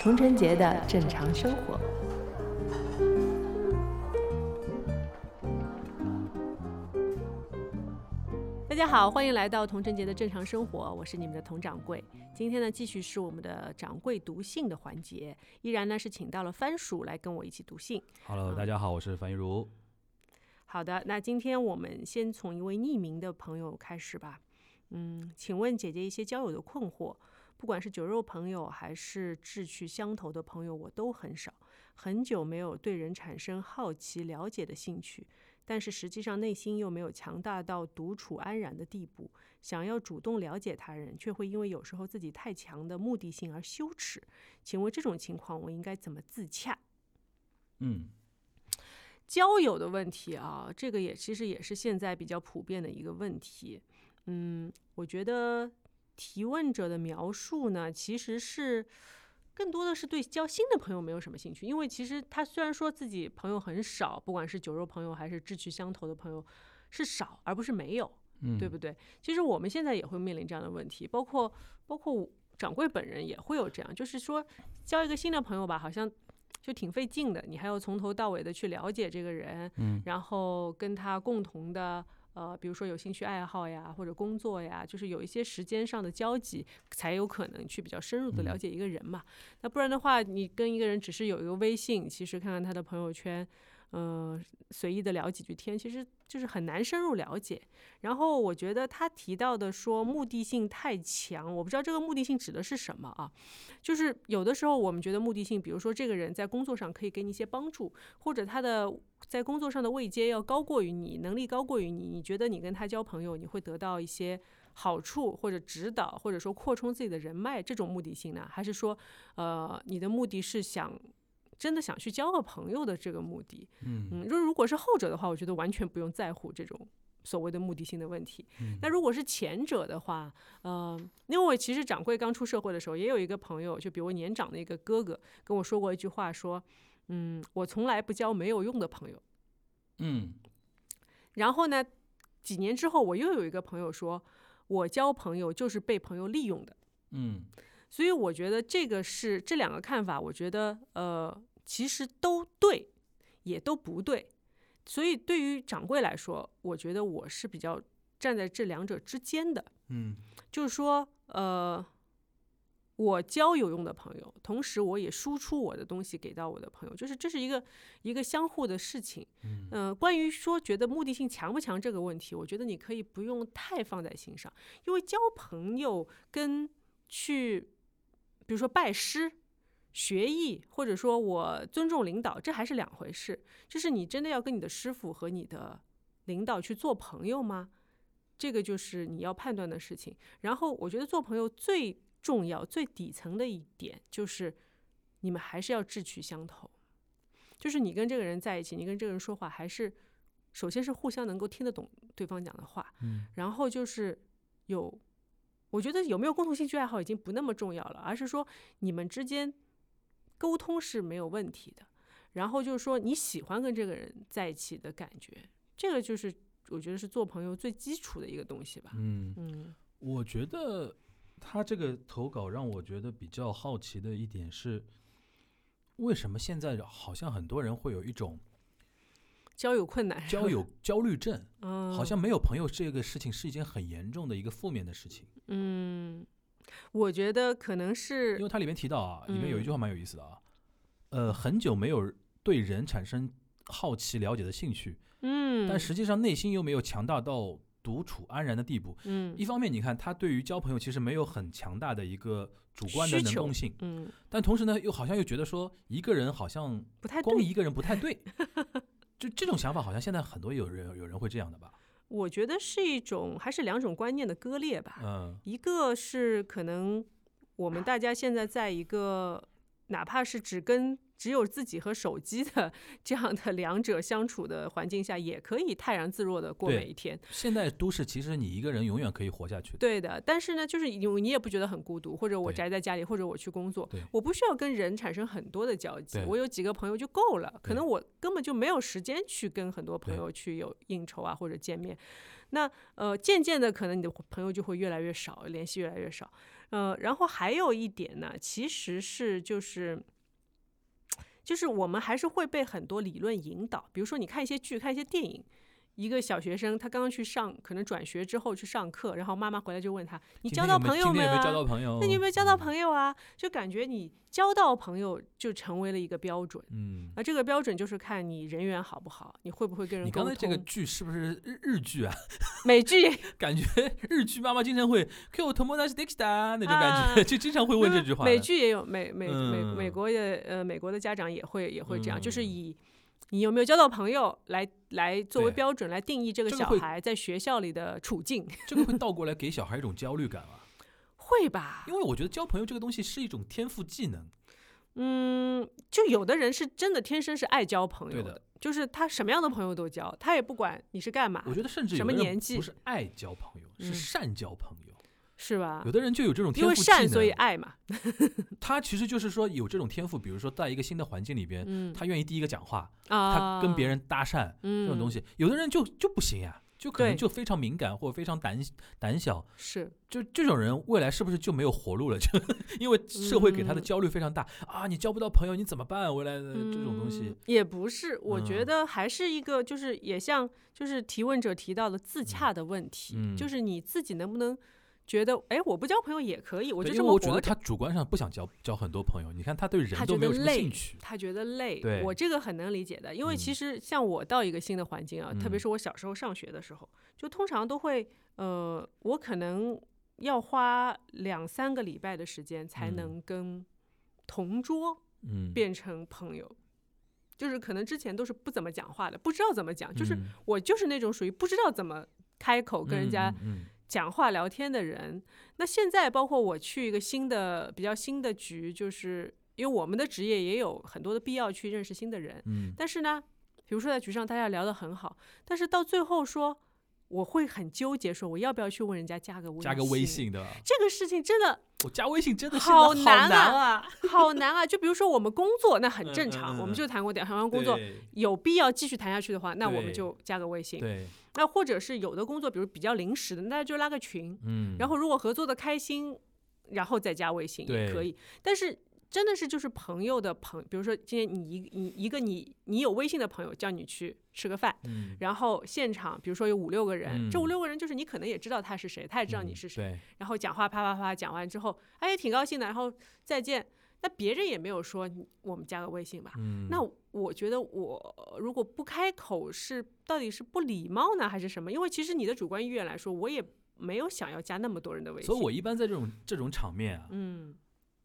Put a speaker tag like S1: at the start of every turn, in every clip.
S1: 童晨杰的正常生活。大家好，欢迎来到童晨杰的正常生活，我是你们的童掌柜。今天呢，继续是我们的掌柜读信的环节，依然呢是请到了番薯来跟我一起读信。
S2: Hello，大家好，我是樊玉茹。
S1: 好的，那今天我们先从一位匿名的朋友开始吧。嗯，请问姐姐一些交友的困惑，不管是酒肉朋友还是志趣相投的朋友，我都很少，很久没有对人产生好奇、了解的兴趣。但是实际上内心又没有强大到独处安然的地步，想要主动了解他人，却会因为有时候自己太强的目的性而羞耻。请问这种情况，我应该怎么自洽？
S2: 嗯，
S1: 交友的问题啊，这个也其实也是现在比较普遍的一个问题。嗯，我觉得提问者的描述呢，其实是更多的是对交新的朋友没有什么兴趣，因为其实他虽然说自己朋友很少，不管是酒肉朋友还是志趣相投的朋友，是少而不是没有，
S2: 嗯，
S1: 对不对？其实我们现在也会面临这样的问题，包括包括我掌柜本人也会有这样，就是说交一个新的朋友吧，好像就挺费劲的，你还要从头到尾的去了解这个人，
S2: 嗯，
S1: 然后跟他共同的。呃，比如说有兴趣爱好呀，或者工作呀，就是有一些时间上的交集，才有可能去比较深入的了
S2: 嗯
S1: 解一个人嘛。那不然的话，你跟一个人只是有一个微信，其实看看他的朋友圈，嗯、随意的聊几句天，其实就是很难深入了解。然后我觉得他提到的说目的性太强，我不知道这个目的性指的是什么啊？就是有的时候我们觉得目的性，比如说这个人在工作上可以给你一些帮助，或者他的在工作上的位阶要高过于你，能力高过于你，你觉得你跟他交朋友，你会得到一些好处或者指导，或者说扩充自己的人脉，这种目的性呢？还是说，呃，你的目的是想？真的想去交个朋友的这个目的，
S2: 嗯
S1: 嗯，如如果是后者的话，我觉得完全不用在乎这种所谓的目的性的问题。那如果是前者的话，呃，因为我其实掌柜刚出社会的时候，也有一个朋友，就比我年长的一个哥哥，跟我说过一句话，说，嗯，我从来不交没有用的朋友。
S2: 嗯
S1: 然后呢，几年之后，我又有一个朋友说，我交朋友就是被朋友利用的。
S2: 嗯
S1: 所以我觉得这个是这两个看法，我觉得呃，其实都对，也都不对。所以对于掌柜来说，我觉得我是比较站在这两者之间的。
S2: 嗯
S1: 就是说，呃，我交有用的朋友，同时我也输出我的东西给到我的朋友，就是这是一个一个相互的事情。
S2: 嗯
S1: 呃，关于说觉得目的性强不强这个问题，我觉得你可以不用太放在心上，因为交朋友跟去，比如说拜师。学艺，或者说我尊重领导，这还是两回事。就是你真的要跟你的师傅和你的领导去做朋友吗？这个就是你要判断的事情。然后我觉得做朋友最重要、最底层的一点就是，你们还是要志趣相投。就是你跟这个人在一起，你跟这个人说话，还是首先是互相能够听得懂对方讲的话，
S2: 嗯
S1: 然后就是有，我觉得有没有共同兴趣爱好已经不那么重要了，而是说你们之间沟通是没有问题的。然后就是说你喜欢跟这个人在一起的感觉，这个就是我觉得是做朋友最基础的一个东西吧。
S2: 嗯，
S1: 嗯
S2: 我觉得他这个投稿让我觉得比较好奇的一点是，为什么现在好像很多人会有一 种
S1: 交友困难，
S2: 交友焦虑症，
S1: 嗯，
S2: 好像没有朋友这个事情是一件很严重的一个负面的事情，
S1: 嗯，我觉得可能
S2: 因
S1: 是
S2: 为它里面提到啊，里面有一句
S1: 嗯
S2: 话蛮有意思的啊，呃，很久没有对人产生好奇了解的兴趣，
S1: 嗯，
S2: 但实际上内心又没有强大到独处安然的地步。
S1: 嗯
S2: 一方面，你看他对于交朋友其实没有很强大的一个主观的
S1: 需
S2: 能
S1: 求
S2: 动性，
S1: 嗯
S2: 但同时呢，又好像又觉得说一个人好像
S1: 不太
S2: 光
S1: 对，
S2: 一个人不 太对，就这种想法好像现在很多有人有人会这样的吧？
S1: 我觉得是一种还是两种观念的割裂吧。
S2: 嗯
S1: 一个是可能我们大家现在在一个哪怕是只跟只有自己和手机的 这样的两者相处的环境下，也可以泰然自若的过
S2: 对
S1: 每一天。
S2: 现代都市其实你一个人永远可以活下去的。
S1: 对的，但是呢，就是你你也不觉得很孤独，或者我
S2: 对
S1: 宅在家里，或者我去工作
S2: 对，
S1: 我不需要跟人产生很多的交集
S2: 对，
S1: 我有几个朋友就够了。可
S2: 对
S1: 能我根本就没有时间去跟很多朋
S2: 对
S1: 友去有应酬啊或者见面。那呃，渐渐的，可能你的朋友就会越来越少，联系越来越少。呃，然后还有一点呢，其实是就是。就是我们还是会被很多理论引导，比如说你看一些剧、看一些电影，一个小学生他刚刚去上，可能转学之后去上课，然后妈妈回来就问他：“你
S2: 今
S1: 交
S2: 天
S1: 到
S2: 有没
S1: 朋友
S2: 今
S1: 没
S2: 天
S1: 有
S2: 有
S1: 啊
S2: 没有交到朋友？
S1: 那你有没有交到
S2: 友？
S1: 朋友啊？”就感觉你交到朋友就成为了一个标准，
S2: 嗯，
S1: 而这个标准就是看你人缘好不好，你会不会跟人
S2: 你
S1: 沟
S2: 刚
S1: 通。
S2: 才这个剧是不是日日剧啊？
S1: 美剧也
S2: 感觉 日剧妈妈经常会 Q 友達できた那种感觉，
S1: 啊
S2: 就经常会问
S1: 没
S2: 这
S1: 有
S2: 句话的。
S1: 美剧也有美美美
S2: 嗯
S1: 美国的呃美国的家长也会也会这样，就是
S2: 嗯
S1: 以你有没有交到朋友来来作为
S2: 对
S1: 标准来定义这个
S2: 这个
S1: 小
S2: 会
S1: 孩在学校里的处境，
S2: 这个会倒过来给小孩一种焦虑感啊，
S1: 会吧？
S2: 因为我觉得交朋友这个东西是一种天赋技能。
S1: 嗯，就有的人是真的天生是爱交朋
S2: 对
S1: 友
S2: 的，
S1: 就是他什么样的朋友都交，他也不管你是干嘛
S2: 我，觉得甚至
S1: 什
S2: 有
S1: 么
S2: 的人
S1: 年纪
S2: 不是爱交朋友，是
S1: 嗯
S2: 善交朋友。
S1: 是吧
S2: 有？的人就有这种
S1: 因
S2: 天赋
S1: 为
S2: 技
S1: 善所以
S2: 能
S1: 爱嘛，
S2: 他其实就是说有这种天赋，比如说在一个新的环境里边，
S1: 嗯
S2: 他愿意第一个讲话，
S1: 啊，
S2: 他跟别人搭讪这种东
S1: 嗯
S2: 西，有的人就就不行呀，就可能
S1: 对
S2: 就非常敏感或者非常胆胆小，
S1: 是
S2: 就这种人未来是不是就没有活路了？ 就因为社会给他的
S1: 嗯
S2: 焦虑非常大、啊，你交不到朋友，你怎么办？未来的这种东西
S1: 嗯，也不是，我觉
S2: 嗯
S1: 得还是一个，就是也像就是提问者提到的自洽的问题，
S2: 嗯
S1: 就是你自己能不能觉得，哎，我不交朋友也可以，我
S2: 对
S1: 就
S2: 因
S1: 这
S2: 为
S1: 么
S2: 我觉
S1: 活
S2: 得
S1: 着。
S2: 他主观上不想交交很多朋友，你看他对人
S1: 他
S2: 都
S1: 觉
S2: 没有
S1: 得
S2: 什么兴
S1: 累
S2: 趣，
S1: 他觉得累
S2: 对，
S1: 我这个很能理解的，因为
S2: 嗯
S1: 其实像我到一个新的环境啊，特别
S2: 嗯
S1: 是我小时候上学的时候，就通常都会，呃，我可能要花两三个礼拜的时间才
S2: 嗯
S1: 能跟同桌
S2: 嗯，
S1: 变成朋友，就是可能之前都是不怎么讲话的，不知道怎么讲，就是
S2: 嗯
S1: 我就是那种属于不知道怎么开口跟人家
S2: 嗯嗯
S1: 讲话聊天的人。那现在包括我去一个新的比较新的局，就是因为我们的职业也有很多的必要去认识新的人，
S2: 嗯
S1: 但是呢，比如说在局上大家聊得很好，但是到最后说我会很纠结，说我要不要去问人家加个微
S2: 嗯加个微。信的，
S1: 这个事情真的
S2: 我加微 信真的现在
S1: 好
S2: 难
S1: 难
S2: 啊，
S1: 好难啊！就比如说我们工作，那很正
S2: 嗯嗯
S1: 常，
S2: 嗯
S1: 我们就谈过点谈完工作，
S2: 对
S1: 有必要继续谈下去的话，那我
S2: 对
S1: 们就加个微信。
S2: 对，
S1: 那或者是有的工作，比如比较临时的，那就拉个群。
S2: 嗯，
S1: 然后如果合作的开心，然后再加微信也
S2: 对
S1: 可以。但是真的是就是朋友的朋，比如说今天你一你一个你你有微信的朋友叫你去吃个饭，
S2: 嗯，
S1: 然后现场比如说有五六个人，这
S2: 嗯
S1: 五六个人就是你可能也知道他是谁，他也知道你
S2: 嗯
S1: 是谁，
S2: 对
S1: 然后讲话啪啪啪讲完之后，哎也挺高兴的，然后再见。那别人也没有说你我们加个微信吧，
S2: 嗯，
S1: 那我觉得我如果不开口是到底是不礼貌呢，还是什么？因为其实你的主观意愿来说，我也没有想要加那么多人的微信。
S2: 所以我一般在这种这种场面啊，
S1: 嗯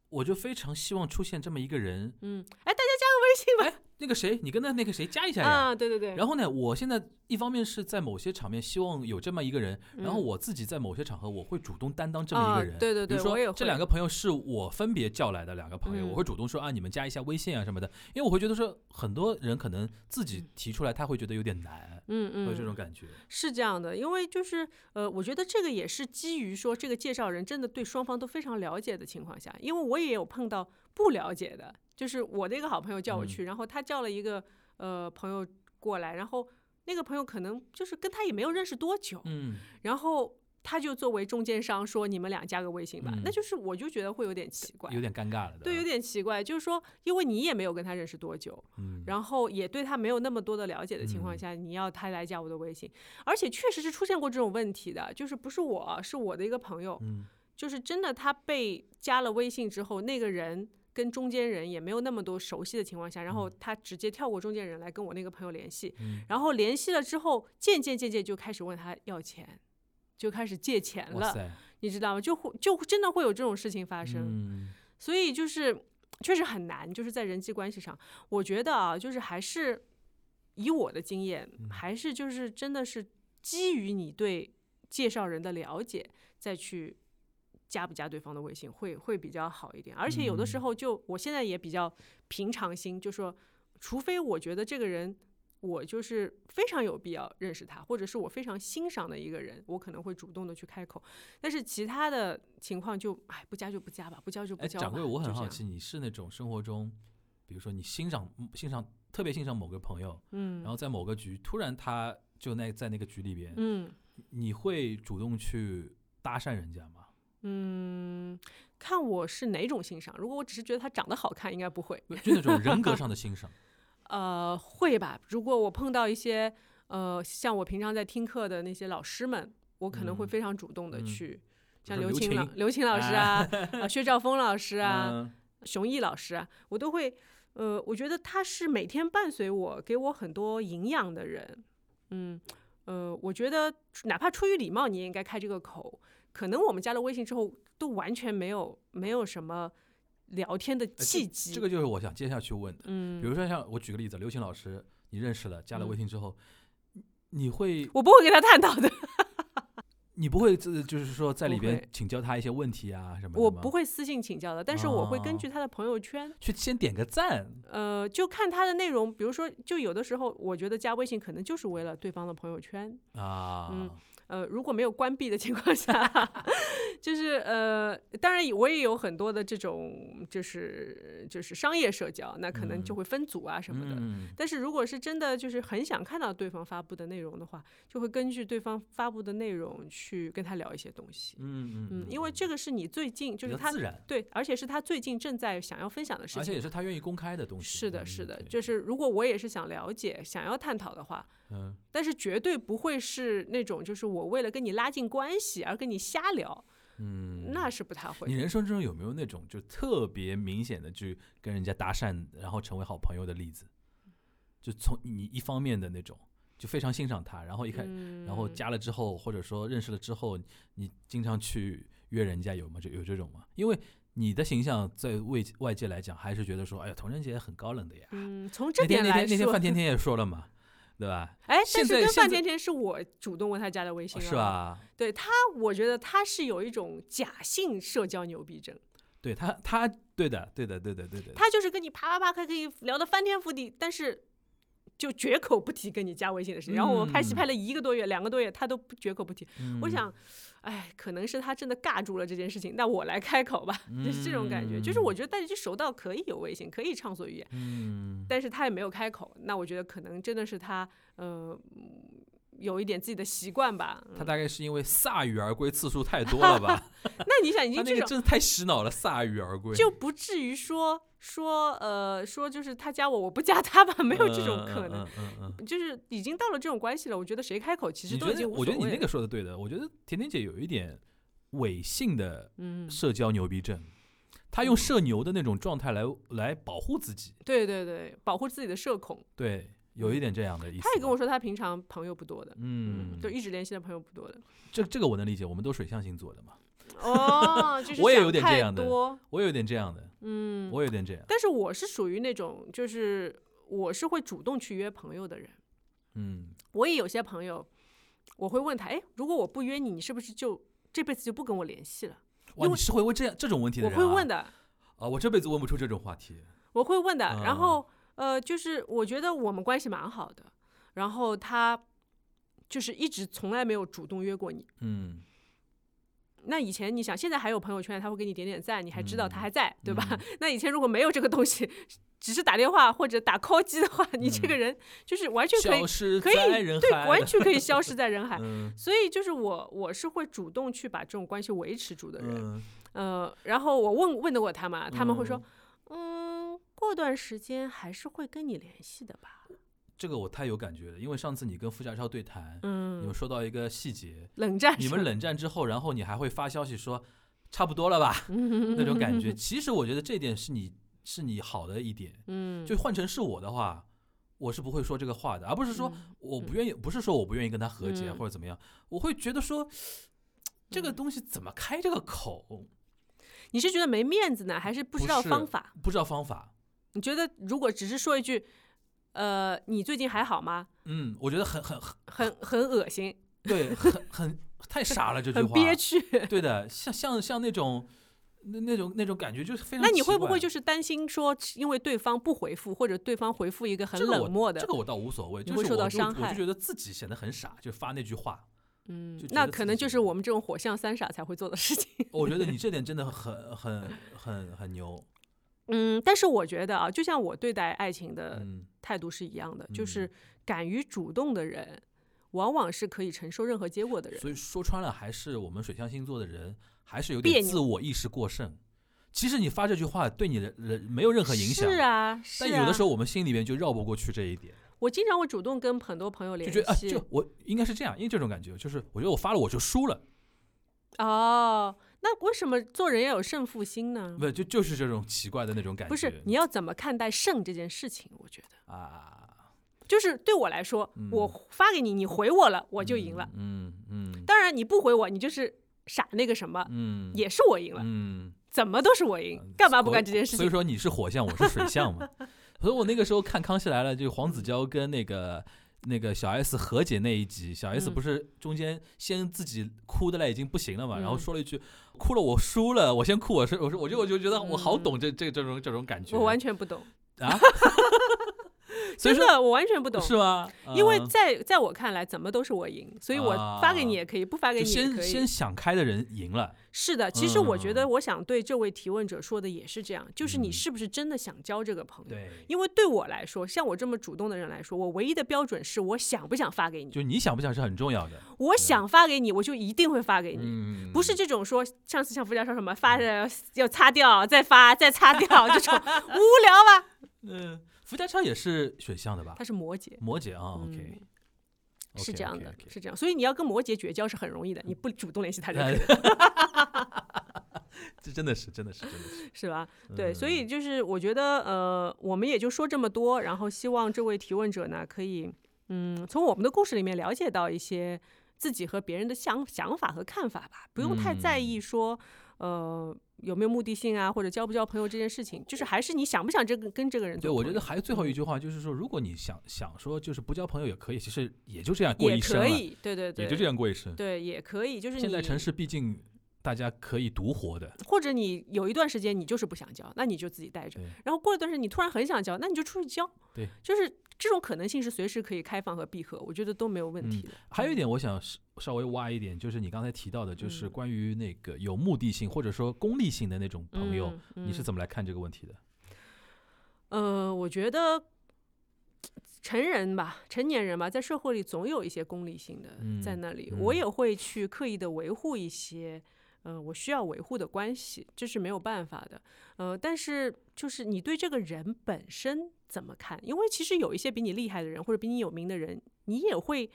S2: 我就非常希望出现这么一个人，
S1: 嗯，哎，大家加个微信吧。
S2: 那个谁，你跟那那个谁加一下呀。
S1: 啊，对对对。
S2: 然后呢，我现在一方面是在某些场面希望有这么一个人，然后
S1: 嗯
S2: 我自己在某些场合我会主动担当这么一
S1: 啊
S2: 个人。
S1: 对对
S2: 比
S1: 对
S2: 如
S1: 我也
S2: 说
S1: 会
S2: 这两个朋友是我分别叫来的两个朋友，我
S1: 嗯
S2: 会主动说啊，你们加一下微信啊什么的，因为我会觉得说很多人可能自己
S1: 嗯
S2: 提出来他会觉得有点难，
S1: 嗯嗯，
S2: 会有这种感觉。
S1: 是这样的，因为就是呃，我觉得这个也是基于说这个介绍人真的对双方都非常了解的情况下，因为我也有碰到不了解的，就是我的一个好朋友
S2: 嗯
S1: 叫我去，然后他叫了一个呃朋友过来，然后那个朋友可能就是跟他也没有认识多久，
S2: 嗯，
S1: 然后他就作为中间商说你们俩加个微信吧，
S2: 嗯
S1: 那就是我就觉得会有点奇怪
S2: 有。点尴尬了。
S1: 对，有
S2: 吧，
S1: 点奇怪，就是说，因为你也没有跟他认识多久，
S2: 嗯，
S1: 然后也对他没有那么多的了解的情况
S2: 嗯
S1: 下，你要他来加我的微信，而且确实是出现过这种问题的，就是不是我，是我的一个朋友，
S2: 嗯，
S1: 就是真的他被加了微信之后，那个人跟中间人也没有那么多熟悉的情况下，然后他直接跳过中间人来跟我那个朋友联系，
S2: 嗯
S1: 然后联系了之后，渐渐渐渐就开始问他要钱，就开始借钱
S2: 哇
S1: 了，
S2: 塞，
S1: 你知道吗？就会就真的会有这种事情发生。
S2: 嗯，
S1: 所以就是确实很难，就是在人际关系上，我觉得啊，就是还是以我的经验，还是就是真的是基于你对介绍人的了解再去加不加对方的微信会会比较好一点。而且有的时
S2: 嗯
S1: 候就我现在也比较平常心，就说，除非我觉得这个人。我就是非常有必要认识他，或者是我非常欣赏的一个人，我可能会主动的去开口。但是其他的情况就，哎，不加就不加吧，不交就不
S2: 哎，
S1: 交吧。
S2: 掌柜，
S1: 就
S2: 我很
S1: 这
S2: 好
S1: 样，
S2: 奇，你是那种生活中，比如说你欣赏欣赏特别欣赏某个朋友，
S1: 嗯，
S2: 然后在某个局突然他就那在那个局里边，
S1: 嗯，
S2: 你会主动去搭讪人家吗？
S1: 嗯，看我是哪种欣赏。如果我只是觉得他长得好看，应该不会。
S2: 不就那种人格上 的欣赏，
S1: 呃，会吧。如果我碰到一些呃，像我平常在听课的那些老师们，我可能会
S2: 嗯
S1: 非常主动的
S2: 嗯
S1: 去，
S2: 比
S1: 像
S2: 如说
S1: 刘
S2: 刘
S1: 青老
S2: 琴
S1: 刘琴老师啊，啊薛兆丰老师
S2: 是
S1: 啊，熊毅老师啊，我都会，呃，我觉得他是每天伴随我，给我很多营养的人。嗯，呃，我觉得哪怕出于礼貌，你也应该开这个口。可能我们加了微信之后，都完全没有没有什么聊天的
S2: 呃这
S1: 契机。
S2: 这个就是我想接下去问的。比
S1: 嗯，
S2: 如说像我举个例子，刘琴老师，你认识了，加了
S1: 嗯
S2: 微信之后，你会
S1: 我不会跟他探 讨的，
S2: 你不会自就是说在
S1: 不
S2: 里边
S1: 会
S2: 请教他一些问题啊什么的
S1: 我
S2: 吗
S1: 不会私信请教的，但是我会根
S2: 哦
S1: 据他的朋友圈，
S2: 去先点个赞，
S1: 呃，就看他的内容。比如说，就有的时候，我觉得加微信可能就是为了对方的朋友圈，
S2: 啊，
S1: 呃，如果没有关闭的情况下， 就是呃，当然我也有很多的这种，就是就是商业社交，那可能就
S2: 嗯
S1: 会分组啊什么的。
S2: 嗯
S1: 但是如果是真的就是很想看到对方发布的内容的话，就会根据对方发布的内容去跟他聊一些东西。
S2: 嗯
S1: 嗯，因为这个是你最近就是
S2: 比较
S1: 他
S2: 自然，
S1: 对，而且是他最近正在想要分享的事
S2: 而且
S1: 情。
S2: 也是他愿意公开的东西。
S1: 是的，
S2: 嗯
S1: 是的，
S2: 对
S1: 就是如果我也是想了解、想要探讨的话，
S2: 嗯，
S1: 但是绝对不会是那种就是我为了跟你拉近关系而跟你瞎聊，
S2: 嗯
S1: 那是不太会
S2: 你
S1: 的。
S2: 人生中有没有那种就特别明显的去跟人家搭讪，然后成为好朋友的例子？就从你一方面的那种，就非常欣赏他，然后一开，然
S1: 嗯
S2: 后加了之后，或者说认识了之后，你经常去约人家有吗？就有这种吗？因为你的形象在外外界来讲，还是觉得说，哎呀，童人姐很高冷的呀。
S1: 嗯，从这
S2: 那天
S1: 点
S2: 那
S1: 来
S2: 天那天
S1: 说
S2: 范，甜甜也说了嘛，对吧？
S1: 哎，但
S2: 现
S1: 是
S2: 在
S1: 跟
S2: 现
S1: 范
S2: 在
S1: 甜甜是我主动问他加的微信、
S2: 哦
S1: 啊，
S2: 是？吧？
S1: 对他，我觉得他是有一种假性社交牛逼症，
S2: 对他，他对的，对的，对的，对的。
S1: 他就是跟你啪啪啪，可以可以聊得翻天覆地，但是。就绝口不提跟你加微信的事情，然后我们拍戏
S2: 嗯
S1: 拍了一个多月、两个多月，他都不绝口不提。我
S2: 嗯
S1: 想，哎，可能是他真的尬住了这件事情，那我来开口吧，就是这种感觉。就是我觉得大家就熟到可以有微信，可以畅所欲言，
S2: 嗯，
S1: 但是他也没有开口。那我觉得可能真的是他，呃，嗯有一点自己的习惯吧。
S2: 他
S1: 嗯
S2: 大概是因为铩羽而归次数太多了 吧？
S1: 那你想，已
S2: 他
S1: 经这
S2: 那个
S1: 种
S2: 真的太洗脑了，铩羽而归。
S1: 就不至于说说呃说就是他加我，我不加他吧，没有这种可能。
S2: 嗯。嗯嗯嗯嗯
S1: 就是已经到了这种关系了，我觉得谁开口其实
S2: 你
S1: 都
S2: 觉
S1: 已经
S2: 得？
S1: 无
S2: 我觉
S1: 所
S2: 得你
S1: 谓
S2: 那个
S1: 了
S2: 说的对的。我觉得甜甜姐有一点伪性的
S1: 嗯，
S2: 社交牛逼症，她用社牛的那种状态来来保护自己。
S1: 对对对，保护自己的社恐。
S2: 对，有一点这样的意思吧。
S1: 嗯他也跟我说，他平常朋友不多的，
S2: 嗯，
S1: 就一直联系的朋友不多的。
S2: 这这个我能理解，我们都水象星座的嘛，
S1: 哦，就是
S2: 我也
S1: 想
S2: 有点
S1: 太
S2: 这样的
S1: 多
S2: 我有点这样的，
S1: 嗯，
S2: 我有点这样，
S1: 但是我是属于那种，就是我是会主动去约朋友的人。
S2: 嗯，
S1: 我也有些朋友，我会问他，哎，如果我不约你，你是不是就这辈子就不跟我联系了？因
S2: 哇，你
S1: 为
S2: 是会问这样这种问题的
S1: 我
S2: 人、啊？
S1: 会问的，
S2: 啊，我这辈子问不出这种话题。
S1: 我会问的。然
S2: 嗯
S1: 后呃，就是我觉得我们关系蛮好的，然后他就是一直从来没有主动约过你。
S2: 嗯，
S1: 那以前你想，现在还有朋友圈，他会给你点点赞，你还知道他
S2: 嗯
S1: 还在，对吧？
S2: 嗯
S1: 那以前如果没有这个东西， 只是打电话或者打 call 机的话，你这个人就是完全可以
S2: 嗯消失
S1: 可以
S2: 在人
S1: 对，
S2: 海
S1: 完
S2: 的
S1: 全可以消失在人海。
S2: 嗯
S1: 所以就是我，我是会主动去把这种关系维持住的人。
S2: 嗯，
S1: 呃，然后我问问得过他嘛，他们会说
S2: 嗯，
S1: 嗯，过段时间还是会跟你联系的吧。
S2: 这个我太有感觉了，因为上次你跟付家超对谈，你
S1: 嗯
S2: 们，说到一个细节，
S1: 冷战
S2: 你
S1: 是
S2: 们
S1: 吧，
S2: 冷战之后，然后你还会发消息说差不多了 吧那种感觉。其实我觉得这点是你是你好的一点，
S1: 嗯，
S2: 就换成是我的话。我是不会说这个话的，而不是说
S1: 嗯
S2: 我不愿意，不是说我不愿意跟他和解
S1: 嗯
S2: 或者怎么样，我会觉得说这个
S1: 嗯
S2: 东西怎么开这个口，
S1: 你是觉得没面子呢，还是不知
S2: 不
S1: 道
S2: 是
S1: 方法？
S2: 不知道方法。
S1: 你觉得如果只是说一句，呃，你最近还好吗？
S2: 嗯，我觉得很很很
S1: 很很恶心。
S2: 对，很很太傻了这句
S1: 很
S2: 话，
S1: 憋屈。
S2: 对的，像像像那种那那种那种感觉就是非常奇怪。
S1: 那你会不会就是担心说，因为对方不回复，或者对方回复一个很
S2: 这个我
S1: 冷漠的，
S2: 这个我倒无所谓，
S1: 你
S2: 就
S1: 会
S2: 是
S1: 受
S2: 我
S1: 到
S2: 就
S1: 伤
S2: 我
S1: 害
S2: 就觉得自己显得很傻，就发那句话。
S1: 嗯
S2: 就，觉
S1: 那
S2: 得
S1: 可
S2: 自
S1: 能
S2: 己
S1: 就是我们这种火象三傻才会做的事情。
S2: 我觉得你这点真的很很很很牛。
S1: 嗯，但是我觉得啊，就像我对待爱情的
S2: 嗯，
S1: 态度是一样的，就
S2: 嗯
S1: 是敢于主动的人，往往是可以承受任何结果的人。
S2: 所以说穿了，还是我们水象星座的人还是有
S1: 别
S2: 点
S1: 扭
S2: 自我意识过剩。其实你发这句话对你的人没有任何影响，
S1: 是啊，是
S2: 但
S1: 啊。
S2: 有的时候我们心里面就绕不过去这一点，
S1: 我经常会主动跟很多朋友
S2: 就
S1: 联
S2: 觉得啊，
S1: 系。
S2: 就我应该是这样，因为这种感觉就是，我觉得我发了我就输了，
S1: 哦，那为什么做人要有胜负心呢？
S2: 不就就是这种奇怪的那种感觉。
S1: 不是，你要怎么看待胜这件事情？我觉得，
S2: 啊，
S1: 就是对我来说，我发给你，你回我了，我就赢了。
S2: 嗯嗯
S1: 当然，你不回我，你就是傻那个什么，
S2: 嗯，
S1: 也是我赢了，
S2: 嗯。
S1: 怎么都是我赢，干嘛不干这件事
S2: 所以
S1: 情？
S2: 说你是火象，我是水 象嘛。所以我那个时候看《康熙来了》，就黄子佼跟那个那个小 S 和解那一集，小 S
S1: 嗯
S2: 不是中间先自己哭的嘞已经不行了嘛，然后
S1: 嗯
S2: 说了一句“哭了，我输了，我先哭，我是我说我就我就觉得我好
S1: 嗯
S2: 懂这这这种这种感觉，
S1: 我完全不懂，
S2: 啊，所
S1: 真
S2: 以说
S1: 的，我完全不懂。
S2: 是吗？
S1: 因为
S2: 嗯啊
S1: 在在我看来，怎么都是我赢，所以我发给你也可以，不发给
S2: 就
S1: 你也
S2: 先
S1: 可
S2: 先
S1: 以。
S2: 想开的人赢了，
S1: 是的，其实我觉
S2: 嗯
S1: 得，我想对这位提问者说的也是这样，就是你
S2: 嗯
S1: 是不是真的想交这个朋友？
S2: 对，
S1: 因为对我来说，像我这么主动的人来说，我唯一的标准是我想不想发给你。
S2: 就你想不想是很重要的，
S1: 我想发给你，我就一定会发给你，
S2: 嗯，
S1: 不是这种说上次像福家说什么发着要擦掉，再发再擦掉这种 无聊吧？
S2: 嗯，福家超也是水象的吧
S1: 他？是摩羯，
S2: 摩羯啊，OK，
S1: 嗯是这 样的，是这样，所以你要跟摩羯绝交是很容易的，你不主动联系他就可
S2: 嗯
S1: 以了，
S2: 这真的是，真的是，真的 是。嗯
S1: 是 吧？对，所以就是我觉得，呃，我们也就说这么多，然后希望这位提问者呢，可以，嗯，从我们的故事里面了解到一些自己和别人的想想法和看法吧，不用太在
S2: 嗯
S1: 意说，呃，有没有目的性啊，或者交不交朋友这件事情，就是还是你想不想这个跟这个人
S2: 对，
S1: 做
S2: 我
S1: 朋友。
S2: 觉得还有最后一句话就是说，如果你想想说就是不交朋友也可以，其实也就这样过
S1: 也
S2: 一生
S1: 可
S2: 了，
S1: 以，对对对，
S2: 也就这样过一生。
S1: 对，也可以，就是你
S2: 现在城市毕竟大家可以独活的，
S1: 或者你有一段时间你就是不想交，那你就自己待着
S2: 对；
S1: 然后过一段时间你突然很想交，那你就出去交。
S2: 对，
S1: 就是这种可能性是随时可以开放和闭合，我觉得都没有
S2: 嗯
S1: 问题的。
S2: 还有一点，我想稍稍微挖一点，就是你刚才提到的，就是
S1: 嗯
S2: 关于那个有目的性或者说功利性的那种朋友，
S1: 嗯，
S2: 你是
S1: 嗯
S2: 怎么来看这个问题的？
S1: 呃，我觉得成人吧，成年人吧，在社会里总有一些功利性的
S2: 嗯
S1: 在那里，我
S2: 嗯
S1: 也会去刻意的维护一些。嗯、我需要维护的关系，这是没有办法的。呃，但是就是你对这个人本身怎么看？因为其实有一些比你厉害的人，或者比你有名的人，你也会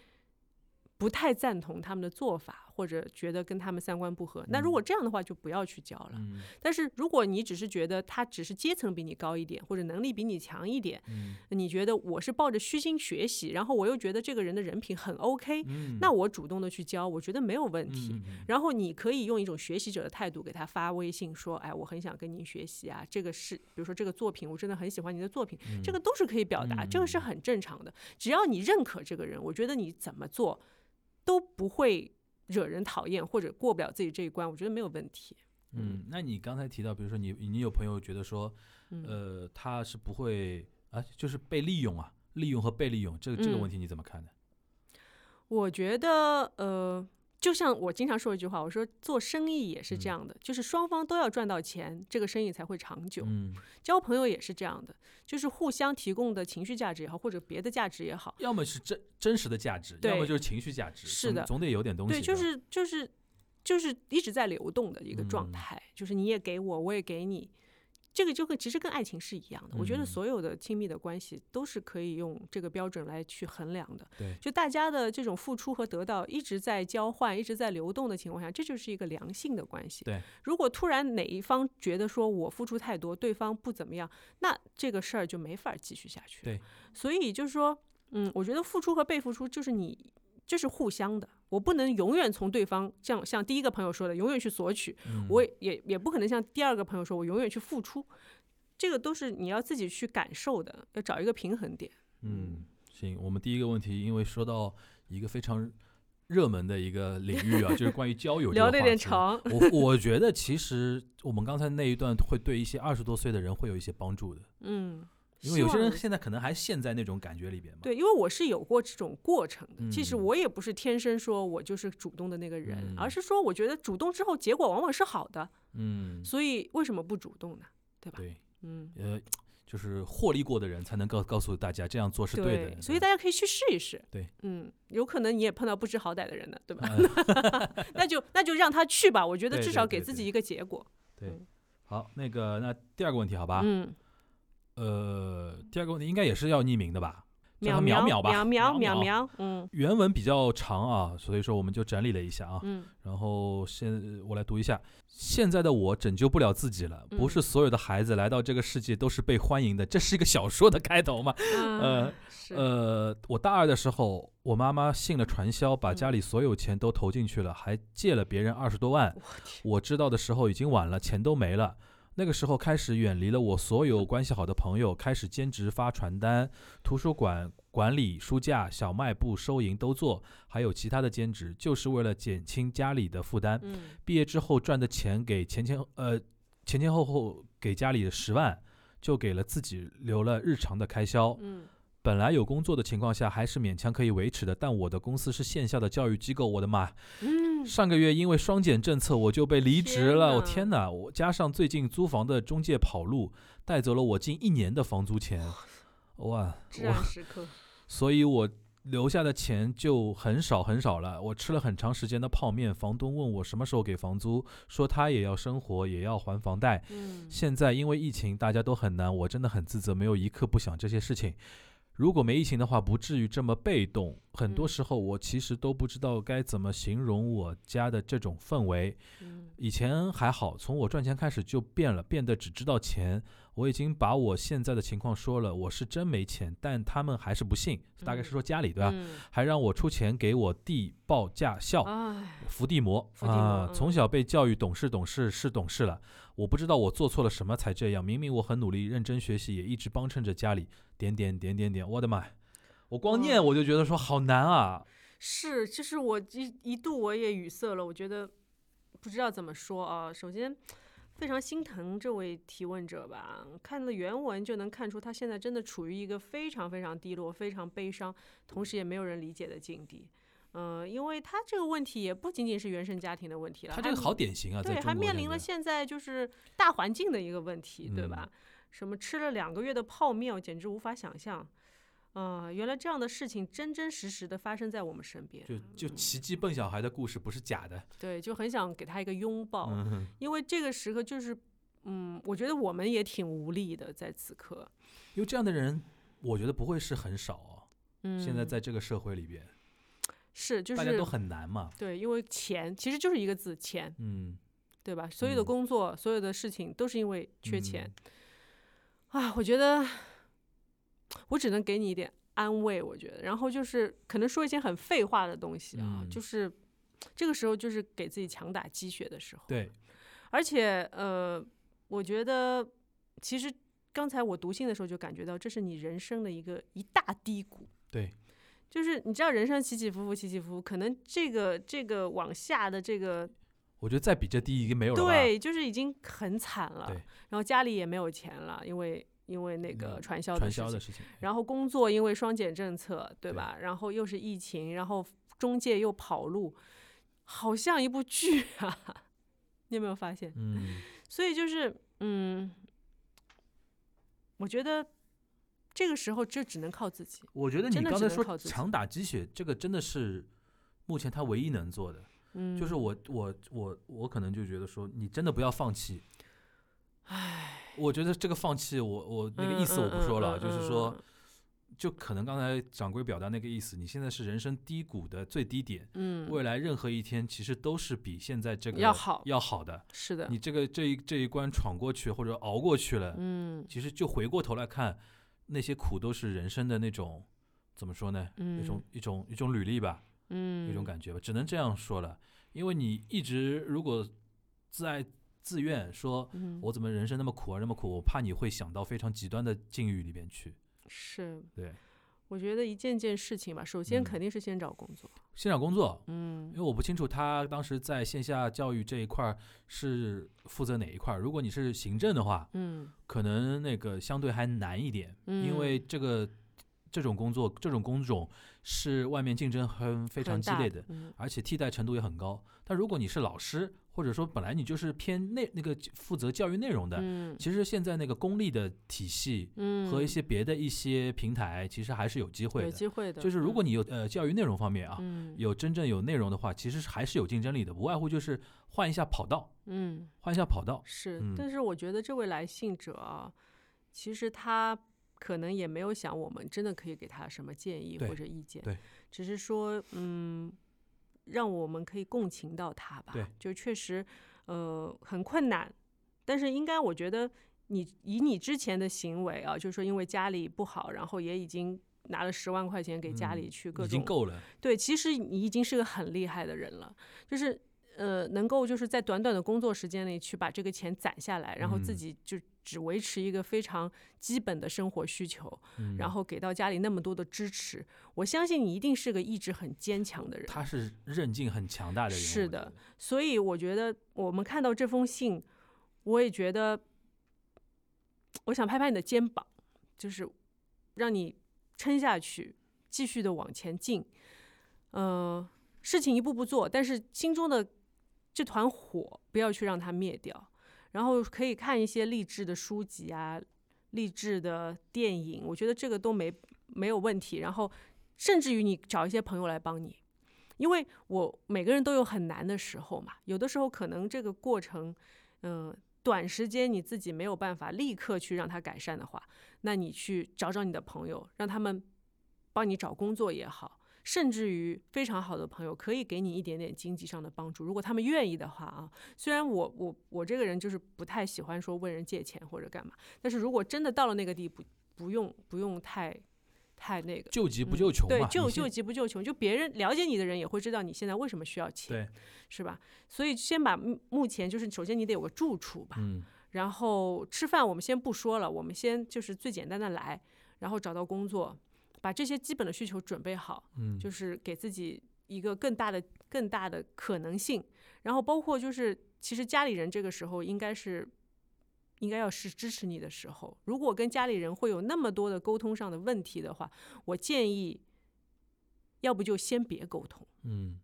S1: 不太赞同他们的做法，或者觉得跟他们三观不合。那如果这样的话，就不要去交了。
S2: 嗯
S1: 但是如果你只是觉得他只是阶层比你高一点，或者能力比你强一点，
S2: 嗯
S1: 你觉得我是抱着虚心学习，然后我又觉得这个人的人品很 OK，、
S2: 嗯
S1: 那我主动的去教，我觉得没有问题。
S2: 嗯嗯
S1: 然后你可以用一种学习者的态度给他发微信说，哎，我很想跟您学习啊，这个是，比如说这个作品，我真的很喜欢您的作品，
S2: 嗯
S1: 这个都是可以表达，这个是很正常的。只要你认可这个人，我觉得你怎么做都不会惹人讨厌或者过不了自己这一关，我觉得没有问题。
S2: 嗯，那你刚才提到，比如说你你有朋友觉得说，
S1: 嗯
S2: 呃，他是不会啊，就是被利用啊，利用和被利用这个这个
S1: 嗯
S2: 问题你怎么看呢？
S1: 我觉得，呃，就像我经常说一句话，我说做生意也是这
S2: 嗯
S1: 样的，就是双方都要赚到钱，这个生意才会长久。
S2: 嗯，
S1: 交朋友也是这样的，就是互相提供的情绪价值也好，或者别的价值也好，
S2: 要么是真真实的价值，要么
S1: 对
S2: 就是情绪价值，
S1: 是
S2: 总
S1: 的
S2: 总得有点东西
S1: 对，
S2: 吧。
S1: 就是就是就是一直在流动的一个状
S2: 嗯
S1: 态，就是你也给我，我也给你。这个就跟其实跟爱情是一样的，我觉得
S2: 嗯
S1: 所有的亲密的关系都是可以用这个标准来去衡量的。
S2: 对
S1: 就大家的这种付出和得到一直在交换、一直在流动的情况下，这就是一个良性的关系。
S2: 对，
S1: 如果突然哪一方觉得说我付出太多，对方不怎么样，那这个事儿就没法继续下去。
S2: 对，
S1: 所以就是说，嗯，我觉得付出和被付出就是你这是互相的，我不能永远从对方像像第一个朋友说的永远去索取，
S2: 嗯
S1: 我也也不可能像第二个朋友说我永远去付出，这个都是你要自己去感受的，要找一个平衡点。
S2: 嗯嗯，行，我们第一个问题，因为说到一个非常热门的一个领域啊， 就是关于交友这个
S1: 聊的有点
S2: 话题
S1: 长，
S2: 我我觉得其实我们刚才那一段会对一些二十多岁的人会有一些帮助的，
S1: 嗯，
S2: 因为有
S1: 希
S2: 些人
S1: 望
S2: 现在可能还陷在那种感觉里边嘛。
S1: 对，因为我是有过这种过程的。其实
S2: 嗯
S1: 我也不是天生说我就是主动的那个人，而
S2: 嗯
S1: 是说我觉得主动之后结果往往是好的，
S2: 嗯，
S1: 所以为什么不主动呢？对吧？
S2: 对，
S1: 嗯，
S2: 呃，就是获利过的人才能告告诉大家这样做是对的。嗯
S1: 所以大家可以去试一试。
S2: 对，
S1: 嗯，有可能你也碰到不知好歹的人呢，对 吧？
S2: 嗯
S1: 那就那就让他去吧，我觉得
S2: 对
S1: 至
S2: 对
S1: 少
S2: 对
S1: 给自
S2: 对
S1: 己一个结果。
S2: 对，好，那个那第二个问题，好吧？
S1: 嗯，
S2: 呃，第二个问题应该也是要匿名的吧？叫
S1: 淼
S2: 他
S1: 淼
S2: 淼淼吧
S1: 淼淼
S2: 淼淼
S1: 淼，嗯
S2: 原文比较长啊，所以说我们就整理了一下啊。
S1: 嗯
S2: 然后现我来读一下，现在的我拯救不了自己了，不
S1: 嗯
S2: 是所有的孩子来到这个世界都是被欢迎的，这是一个小说的开头嘛？
S1: 啊
S2: 呃
S1: 是
S2: 呃，我大二的时候，我妈妈信了传销，把
S1: 嗯
S2: 家里所有钱都投进去了，还借了别人二十多万。我知道的时候已经晚了，钱都没了。那个时候开始远离了我所有关系好的朋友，开始兼职发传单、图书馆管理、书架、小卖部收银都做，还有其他的兼职，就是为了减轻家里的负担。
S1: 嗯
S2: 毕业之后赚的钱给前前呃前前后后给家里的十万，就给了自己留了日常的开销。
S1: 嗯
S2: 本来有工作的情况下，还是勉强可以维持的。但我的公司是线下的教育机构，我的妈！
S1: 嗯，
S2: 上个月因为双减政策，我就被离职
S1: 天
S2: 了。我
S1: 哪
S2: 天哪！我加上最近租房的中介跑路，带走了我近一年的房租钱。哇！
S1: 至
S2: 我
S1: 暗时 刻，
S2: 所以我留下的钱就很少很少了。我吃了很长时间的泡面，房东问我什么时候给房租，说他也要生活，也要还房贷。
S1: 嗯
S2: 现在因为疫情，大家都很难，我真的很自责，没有一刻不想这些事情。如果没疫情的话，不至于这么被动。很
S1: 嗯
S2: 多时候，我其实都不知道该怎么形容我家的这种氛围。
S1: 嗯
S2: 以前还好，从我赚钱开始就变了，变得只知道钱。我已经把我现在的情况说了，我是真没钱，但他们还是不信，大概是说家里对吧？啊
S1: 嗯
S2: 还让我出钱给我弟报驾校，
S1: 哎，
S2: 伏地魔
S1: 伏地魔
S2: 啊、
S1: 嗯
S2: 从小被教育懂事懂事是懂事了，我不知道我做错了什么才这样。明明我很努力认真学习，也一直帮衬着家里，点点点点点，我的妈！我光念
S1: 哇
S2: 我就觉得说好难啊，
S1: 是，其实我一一度我也语塞了，我觉得不知道怎么说啊。首先，非常心疼这位提问者吧，看了原文就能看出他现在真的处于一个非常非常低落、非常悲伤，同时也没有人理解的境地。嗯、因为他这个问题也不仅仅是原生家庭的问题了，
S2: 他
S1: 还
S2: 这个好典型啊，在
S1: 对，
S2: 中
S1: 还
S2: 国
S1: 面
S2: 现
S1: 临
S2: 在
S1: 了现在就是大环境的一个问题，对
S2: 嗯
S1: 吧？什么吃了两个月的泡面，我简直无法想象。啊、原来这样的事情真真实实的发生在我们身边，
S2: 就就奇迹笨小孩的故事不是 假的，
S1: 对，就很想给他一个拥抱，
S2: 嗯哼，
S1: 因为这个时刻就是，嗯，我觉得我们也挺无力的，在此刻。
S2: 因为这样的人，我觉得不会是很少啊。
S1: 嗯，
S2: 现在在这个社会里边，
S1: 是就
S2: 大家
S1: 是
S2: 都很难嘛，
S1: 对，因为钱其实就是一个字钱，
S2: 嗯，
S1: 对吧？所有的
S2: 嗯
S1: 工作、所有的事情都是因为缺钱
S2: 嗯。
S1: 啊，我觉得我只能给你一点安慰，我觉得，然后就是可能说一些很废话的东西啊，
S2: 嗯
S1: 就是这个时候就是给自己强打鸡血的时候。
S2: 对，
S1: 而且呃，我觉得其实刚才我读信的时候就感觉到，这是你人生的一个一大低谷。
S2: 对，
S1: 就是你知道人生起起伏伏，起起伏伏，可能这个这个往下的这个
S2: 我觉得再比这低已经没有了吧，
S1: 对，就是已经很惨了
S2: 对。
S1: 然后家里也没有钱了，因为因为那个
S2: 嗯
S1: 传销
S2: 传
S1: 事
S2: 销的
S1: 情。
S2: 事情，
S1: 然后工作因为双减政策，对
S2: 对
S1: 吧？然后又是疫情，然后中介又跑路，好像一部剧啊！ 你有没有发现？
S2: 嗯，
S1: 所以就是，嗯，我觉得这个时候就只能靠自己。
S2: 我觉得你
S1: 真的
S2: 刚
S1: 只
S2: 才
S1: 能靠
S2: 说
S1: 自己
S2: 强打鸡血，这个真的是目前他唯一能做的。
S1: 嗯，
S2: 就是我我我我可能就觉得说，你真的不要放弃。唉，我觉得这个放弃我，我那个意思我不说了，
S1: 嗯
S2: 就是说，，就可能刚才掌柜表达那个意思，你现在是人生低谷的最低点，
S1: 嗯，嗯嗯嗯
S2: 未来任何一天其实都是比现在这个
S1: 要好
S2: 要好的。
S1: 是的，
S2: 你这个这一这一关闯过去或者熬过去了，
S1: 嗯
S2: 其实就回过头来看，那些苦都是人生的那种怎么说呢？一种一种一种履历吧，
S1: 嗯，
S2: 一种感觉吧，只能这样说了。因为你一直如果自爱自怨，说
S1: 嗯，
S2: 我怎么人生那么苦啊，那么苦，我怕你会想到非常极端的境遇里边去。
S1: 是
S2: 对，
S1: 我觉得一件件事情吧，首先
S2: 嗯
S1: 肯定是先找工作，
S2: 现场工作，因
S1: 嗯
S2: 为我不清楚他当时在线下教育这一块儿是负责哪一块儿。如果你是行政的话，
S1: 嗯
S2: 可能那个相对还难一点，
S1: 嗯，
S2: 因为这个这种工作这种工种是外面竞争很非常
S1: 很
S2: 激
S1: 大
S2: 烈的，，
S1: 嗯
S2: 而且替代程度也很高。但如果你是老师，或者说本来你就是偏内那个负责教育内容的，
S1: 嗯
S2: 其实现在那个公立的体系
S1: 嗯，
S2: 和一些别的一些平台，其实还是有机会
S1: 有
S2: 的。
S1: 机会的，嗯
S2: 就是如果
S1: 你
S2: 你有呃教育内容方面啊，
S1: 嗯
S2: 有真正有内容的话，其实是还是有竞争力的，无外乎就是换一下跑道，
S1: 嗯。
S2: 换一下跑道。
S1: 是，
S2: 嗯
S1: 但是我觉得这位来信者啊，其实他可能也没有想我们真的可以给他什么建议
S2: 对
S1: 或者意见，
S2: 对
S1: 只是说，嗯，让我们可以共情到他吧。
S2: 对
S1: 就确实，呃，很困难，但是应该我觉得你以你之前的行为啊，就是说因为家里不好，然后也已经。拿了十万块钱给家
S2: 嗯
S1: 里去各种、
S2: 已经够了，
S1: 对，其实你已经是个很厉害的人了，就是呃，能够就是在短短的工作时间内去把这个钱攒下来，然后自
S2: 嗯
S1: 己就只维持一个非常基本的生活需求，
S2: 嗯
S1: 然后给到家里那么多的支持，我相信你一定是个意志很坚强的人。
S2: 他是韧劲很强大的人。
S1: 是
S2: 我觉
S1: 的
S2: 得，
S1: 所以我觉得我们看到这封信，我也觉得，我想拍拍你的肩膀，就是让你撑下去，继续的往前进。呃，事情一步步做，但是心中的这团火不要去让它灭掉。然后可以看一些励志的书籍啊，励志的电影，我觉得这个都没没有问题。然后，甚至于你找一些朋友来帮你，因为我每个人都有很难的时候嘛，有的时候可能这个过程，嗯、短时间你自己没有办法立刻去让它改善的话，那你去找找你的朋友，让他们帮你找工作也好，甚至于非常好的朋友可以给你一点点经济上的帮助，如果他们愿意的话啊。虽然我我我这个人就是不太喜欢说问人借钱或者干嘛，但是如果真的到了那个地步，不用不用太太那个。
S2: 救急不
S1: 嗯
S2: 救穷嘛，
S1: 对，
S2: 你
S1: 救
S2: 先
S1: 救急不救穷，就别人了解你的人也会知道你现在为什么需要钱，
S2: 对，
S1: 是吧？所以先把目目前就是，首先你得有个住处吧，
S2: 嗯，
S1: 然后吃饭我们先不说了，我们先就是最简单的来，然后找到工作，把这些基本的需求准备好，
S2: 嗯
S1: 就是给自己一个更大的、更大的可能性。然后包括就是，其实家里人这个时候应该是应该要是支持你的时候。如果跟家里人会有那么多的沟通上的问题的话，我建议，要不就先别沟通，
S2: 嗯，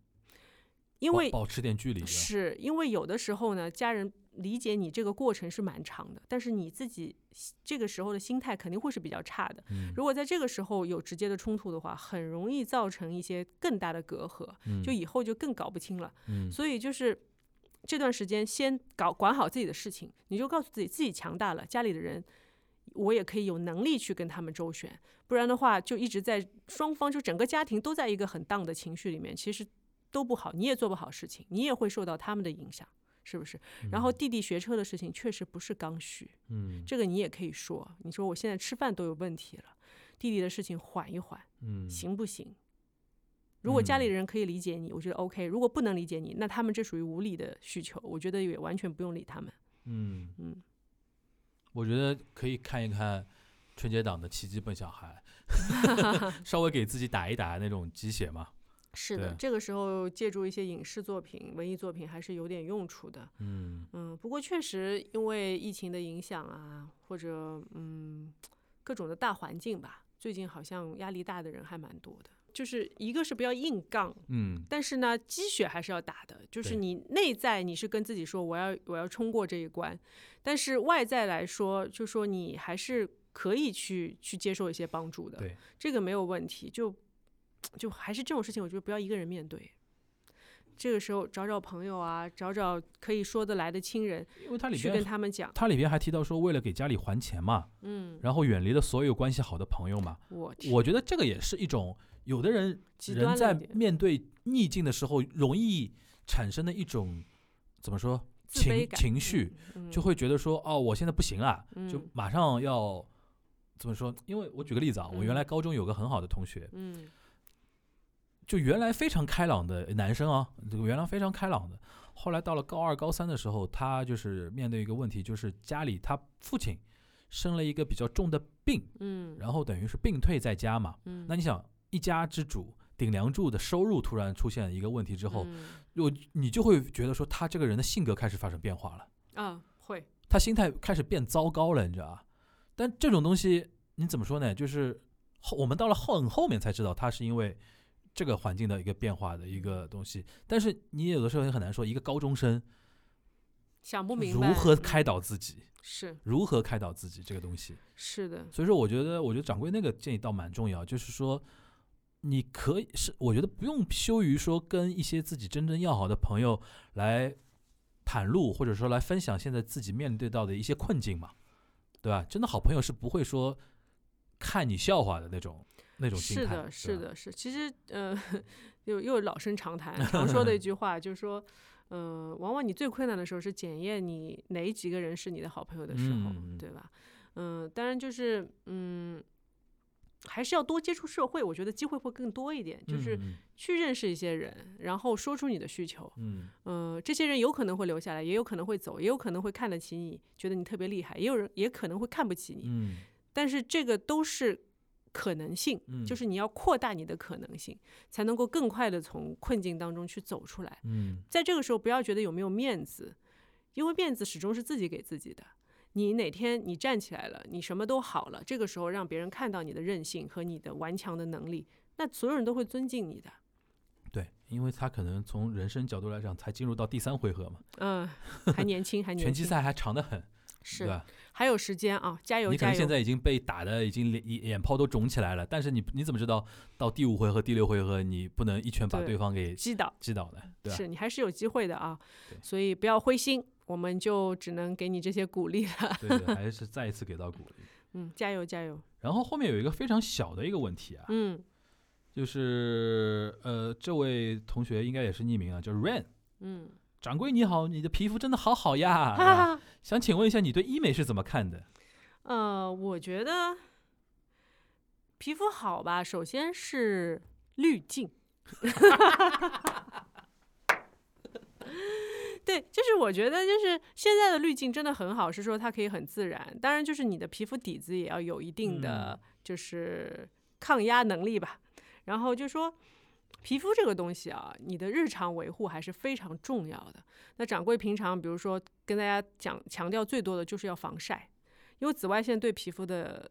S1: 因为
S2: 保保持点距离的，
S1: 是因为有的时候呢，家人理解你这个过程是蛮长的，但是你自己这个时候的心态肯定会是比较差的。
S2: 嗯
S1: 如果在这个时候有直接的冲突的话，很容易造成一些更大的隔阂，
S2: 嗯
S1: 就以后就更搞不清了。
S2: 嗯
S1: 所以就是这段时间先搞管好自己的事情，你就告诉自己自己强大了，家里的人我也可以有能力去跟他们周旋，不然的话就一直在双方就整个家庭都在一个很荡的情绪里面，其实都不好，你也做不好事情，你也会受到他们的影响。是不是？然后弟弟学车的事情确实不是刚需，
S2: 嗯
S1: 这个你也可以说。你说我现在吃饭都有问题了，弟弟的事情缓一缓，
S2: 嗯
S1: 行不行？如果家里
S2: 嗯
S1: 人可以理解你，我觉得 OK；如果不能理解你，那他们这属于无理的需求，我觉得也完全不用理他们。
S2: 嗯
S1: 嗯，
S2: 我觉得可以看一看春节档的《奇迹笨 小孩》，稍微给自己打一打那种鸡血嘛。
S1: 是的，
S2: 对
S1: 这个时候借助一些影视作品、文艺作品还是有点用处的。
S2: 嗯
S1: 嗯，不过确实因为疫情的影响啊，或者嗯各种的大环境吧，最近好像压力大的人还蛮多的。就是一个是不要硬杠，
S2: 嗯
S1: 但是呢，鸡血还是要打的，就是
S2: 对
S1: 你内在你是跟自己说我要我要冲过这一关，但是外在来说，就说你还是可以去去接受一些帮助的，
S2: 对，
S1: 这个没有问题，就就还是这种事情，我觉得不要一个人面对。这个时候找找朋友啊，找找可以说得来的亲人，
S2: 因为它里
S1: 去跟
S2: 边
S1: 他们讲。
S2: 它里边还提到说，为了给家里还钱嘛，
S1: 嗯，
S2: 然后远离了所有关系好的朋友嘛。
S1: 我
S2: 我觉得这个也是一种有的人
S1: 极端
S2: 人
S1: 了
S2: 在
S1: 一点
S2: 面对逆境的时候容易产生的一种怎么说
S1: 自卑
S2: 情
S1: 感
S2: 情绪，
S1: 嗯
S2: 就会觉得说，哦，我现在不行了，就
S1: 嗯
S2: 马上要怎么说？因为我举个例子啊，我原来
S1: 嗯
S2: 高中有个很好的同学，
S1: 嗯
S2: 就原来非常开朗的男生啊，这个原来非常开朗的，后来到了高二、高三的时候，他就是面对一个问题，就是家里他父亲生了一个比较重的病，
S1: 嗯，
S2: 然后等于是病退在家嘛。
S1: 嗯
S2: 那你想，一家之主顶梁柱的收入突然出现一个问题之后，
S1: 嗯
S2: 我你就会觉得说他这个人的性格开始发生变化了，
S1: 啊会，
S2: 他心态开始变糟糕了，你知道吧？但这种东西你怎么说呢？就是后我们到了后很后面才知道，他是因为这个环境的一个变化的一个东西。但是你有的时候也很难说，一个高中生
S1: 想不明
S2: 如
S1: 白
S2: 何
S1: 嗯
S2: 开导自己，
S1: 是
S2: 如何开导自己这个东西。
S1: 是的，
S2: 所以说，我觉得，我觉得掌柜那个建议倒蛮重要，就是说，你可以是，我觉得不用羞于说跟一些自己真正要好的朋友来袒露，或者说来分享现在自己面对到的一些困境嘛，对吧？真的好朋友是不会说看你笑话的那种那种心
S1: 是
S2: 态，
S1: 的，是
S2: 对吧，
S1: 的，是。其实，呃，又又老生常谈，常说的一句话就是说，呃，往往你最困难的时候是检验你哪几个人是你的好朋友的时候，
S2: 嗯
S1: 对吧？嗯、当然就是，嗯，还是要多接触社会，我觉得机会会更多一点，就是
S2: 嗯
S1: 去认识一些人，然后说出你的需求。
S2: 嗯
S1: 嗯、这些人有可能会留下来，也有可能会走，也有可能会看得起你，觉得你特别厉害，也有人也可能会看不起你。
S2: 嗯
S1: 但是这个都是可能性，
S2: 嗯
S1: 就是你要扩大你的可能性，才能够更快的从困境当中去走出来。
S2: 嗯
S1: 在这个时候，不要觉得有没有面子，因为面子始终是自己给自己的。你哪天你站起来了，你什么都好了，这个时候让别人看到你的韧性和你的顽强的能力，那所有人都会尊敬你的。
S2: 嗯，对，因为他可能从人生角度来讲，才进入到第三回合嘛，
S1: 嗯，还年轻，还哎年
S2: 拳击
S1: 轻，
S2: 赛还长得很，对
S1: 是
S2: 吧？
S1: 还有时间啊，加油
S2: 你可
S1: 加
S2: 能
S1: 油！
S2: 现在已经被打的已经脸眼眼泡都肿起来了，但是你你怎么知道到第五回合、第六回合你不能一拳把
S1: 对
S2: 对方给
S1: 击倒，
S2: 击倒呢？对吧？啊
S1: 是你还是有机会的啊
S2: 对，
S1: 所以不要灰心，我们就只能给你这些鼓励了。
S2: 对对，还是再一次给到鼓励。
S1: 嗯，加油加油！
S2: 然后后面有一个非常小的一个问题啊，
S1: 嗯
S2: 就是呃，这位同学应该也是匿名啊，叫 Rain
S1: 嗯，
S2: 掌柜你好，你的皮肤真的好好 呀，
S1: 哈哈，
S2: 想请问一下你对医美是怎么看的？
S1: 呃，我觉得皮肤好吧，首先是滤镜。 对，就是我觉得，就是现在的滤镜真的很好，是说它可以很自然。当然，就是你的皮肤底子也要有一定的
S2: 嗯
S1: 就是抗压能力吧。然后就说皮肤这个东西啊，你的日常维护还是非常重要的。那掌柜平常比如说跟大家讲强调最多的就是要防晒，因为紫外线对皮肤的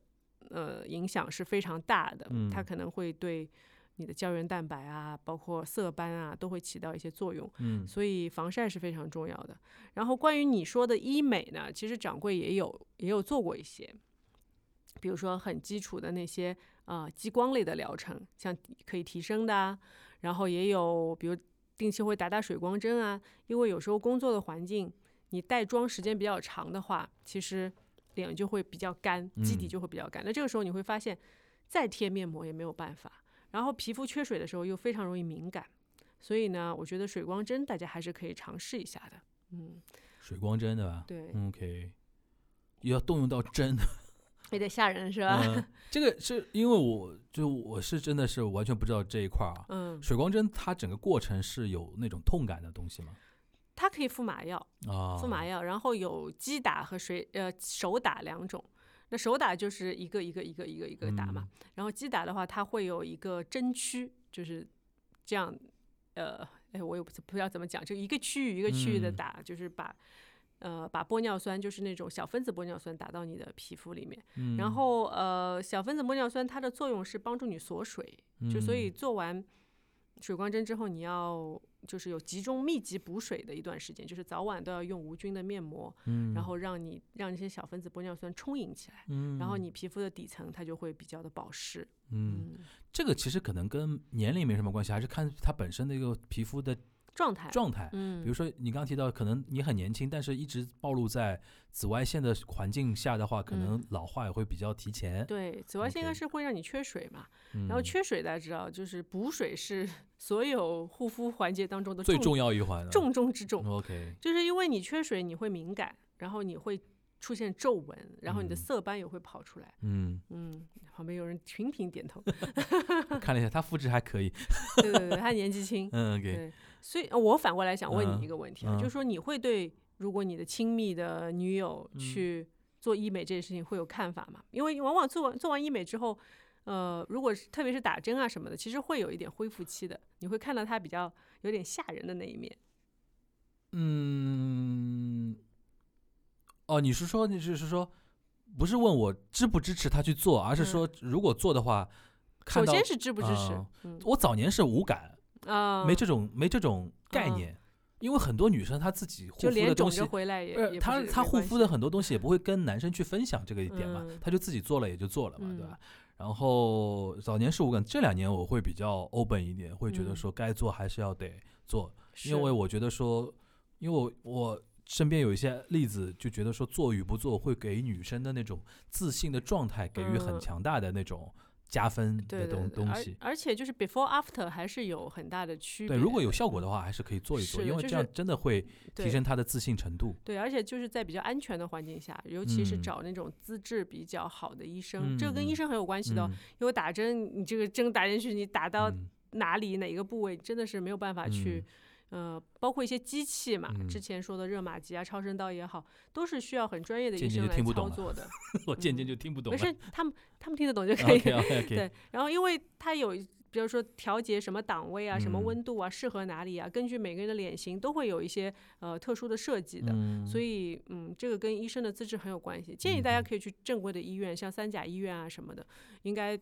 S1: 呃影响是非常大的，
S2: 嗯
S1: 它可能会对你的胶原蛋白啊，包括色斑啊，都会起到一些作用。
S2: 嗯
S1: 所以防晒是非常重要的。然后关于你说的医美呢，其实掌柜也有也有做过一些，比如说很基础的那些啊激光类的疗程，像可以提升的啊，然后也有比如定期会打打水光针啊，因为有时候工作的环境你带妆时间比较长的话，其实脸就会比较干，基底
S2: 嗯
S1: 就会比较干。那这个时候你会发现，再贴面膜也没有办法，然后皮肤缺水的时候又非常容易敏感。所以呢，我觉得水光针大家还是可以尝试一下的。嗯，
S2: 水光针对吧？
S1: 对，
S2: 嗯，OK，要动用到针。
S1: 有点吓人是吧？
S2: 嗯，这个是因为我就我是真的是完全不知道这一块儿啊。
S1: 嗯，
S2: 水光针它整个过程是有那种痛感的东西吗？
S1: 它可以敷麻药，
S2: 啊，
S1: 敷麻药，然后有击打和水呃手打两种。那手打就是一个一个一个一个一个打嘛，然后击打的话，它会有一个针区，就是这样，呃，哎，我也不不知道怎么讲，就一个区域一个区域的
S2: 嗯
S1: 打，就是把呃把玻尿酸，就是那种小分子玻尿酸打到你的皮肤里面，
S2: 嗯，
S1: 然后呃小分子玻尿酸它的作用是帮助你锁水，就所以
S2: 嗯
S1: 做完水光针之后，你要就是有集中密集补水的一段时间，就是早晚都要用无菌的面膜，
S2: 嗯，
S1: 然后让你让这些小分子玻尿酸充盈起来，
S2: 嗯，
S1: 然后你皮肤的底层它就会比较的保湿。
S2: 嗯，
S1: 嗯，
S2: 这个其实可能跟年龄没什么关系，还是看它本身的一个皮肤的
S1: 状态，
S2: 状态。
S1: 嗯，
S2: 比如说你刚刚提到，可能你很年轻，但是一直暴露在紫外线的环境下的话，可能
S1: 嗯
S2: 老化也会比较提前。
S1: 对紫外线应该
S2: OK
S1: 是会让你缺水嘛，
S2: 嗯，
S1: 然后缺水大家知道，就是补水是 所有护肤环节当中的
S2: 最
S1: 重
S2: 重要哦一环了。啊
S1: 重中之重。
S2: OK，
S1: 就是因为你缺水，你会敏感，然后你会出现皱纹，然后你的
S2: 嗯
S1: 色斑也会跑出来。
S2: 嗯，
S1: 嗯，旁边有人频频点头。
S2: 我看了一下，它肤质还可以。
S1: 对对对，他年纪轻，
S2: 嗯，OK，
S1: 对，所以呃我反过来想问
S2: 嗯
S1: 你一个问题啊，就
S2: 嗯
S1: 是说你会对如果你的亲密的
S2: 嗯
S1: 女友去做医美这件事情会有看法吗？因为往往做完做完医美之后，呃，如果是特别是打针啊什么的，其实会有一点恢复期的，你会看到他比较有点吓人的那一面。
S2: 嗯，哦，你是说你是是说，不是问我支不支持他去做，而是说如果做的话，看
S1: 嗯首
S2: 到
S1: 先是支不支持
S2: 啊，我早年是无感，
S1: 啊，
S2: 没这种没这种概
S1: 啊
S2: 念，因为很多女生她自己护
S1: 就
S2: 肤的
S1: 脸肿
S2: 东西
S1: 着，回来也
S2: 不
S1: 也
S2: 是她她护肤
S1: 的
S2: 的很多东西也不会跟男生去分享这个一点嘛
S1: 嗯，
S2: 她就自己做了也就做了嘛，对
S1: 嗯
S2: 吧？然后早年是无感，这两年我会比较 open 一点，会觉得
S1: 嗯
S2: 说该做还是要得做，因为我觉得说，因为我我身边有一些例子，就觉得说做与不做会给女生的那种自信的状态给予很
S1: 嗯
S2: 强大的那种加分
S1: 对
S2: 的
S1: 对
S2: 东
S1: 对
S2: 东
S1: 而
S2: 西。
S1: 而且就是 before after 还是有很大的区别。
S2: 对，如果有效果的话，还是可以做一
S1: 是
S2: 做，
S1: 的
S2: 因为
S1: 就
S2: 这样
S1: 是
S2: 真的会
S1: 对
S2: 提升她的自信程度。
S1: 对，而且就是在比较安全的环境下，尤其是
S2: 嗯
S1: 找那种资质比较好的医生，这个跟
S2: 嗯
S1: 医
S2: 嗯
S1: 生很有关系的哦、
S2: 嗯
S1: 因为打针，你这个针打进去，你打到
S2: 嗯
S1: 哪里、哪一个部位，真的是没有办法去。呃，包括一些机器嘛，之
S2: 嗯
S1: 前说的热玛吉啊、超声刀也好，都是需要很专业的医
S2: 渐渐
S1: 生
S2: 就
S1: 来
S2: 听不
S1: 操
S2: 懂了
S1: 作的。
S2: 嗯 我渐渐就听不懂
S1: 嗯没
S2: 了。
S1: 事，他们他们听得懂 就可以。
S2: OK OK OK，
S1: 对，然后因为它有，比如说调节什么档位啊、什么
S2: 嗯
S1: 温度啊、适合哪里啊，根据每个人的脸型都会有一些呃特殊的设计的。
S2: 嗯，
S1: 所以，嗯，这个跟医生的资质很有关系。建议大家可以去正规的医院，像三甲医院啊什么的，应该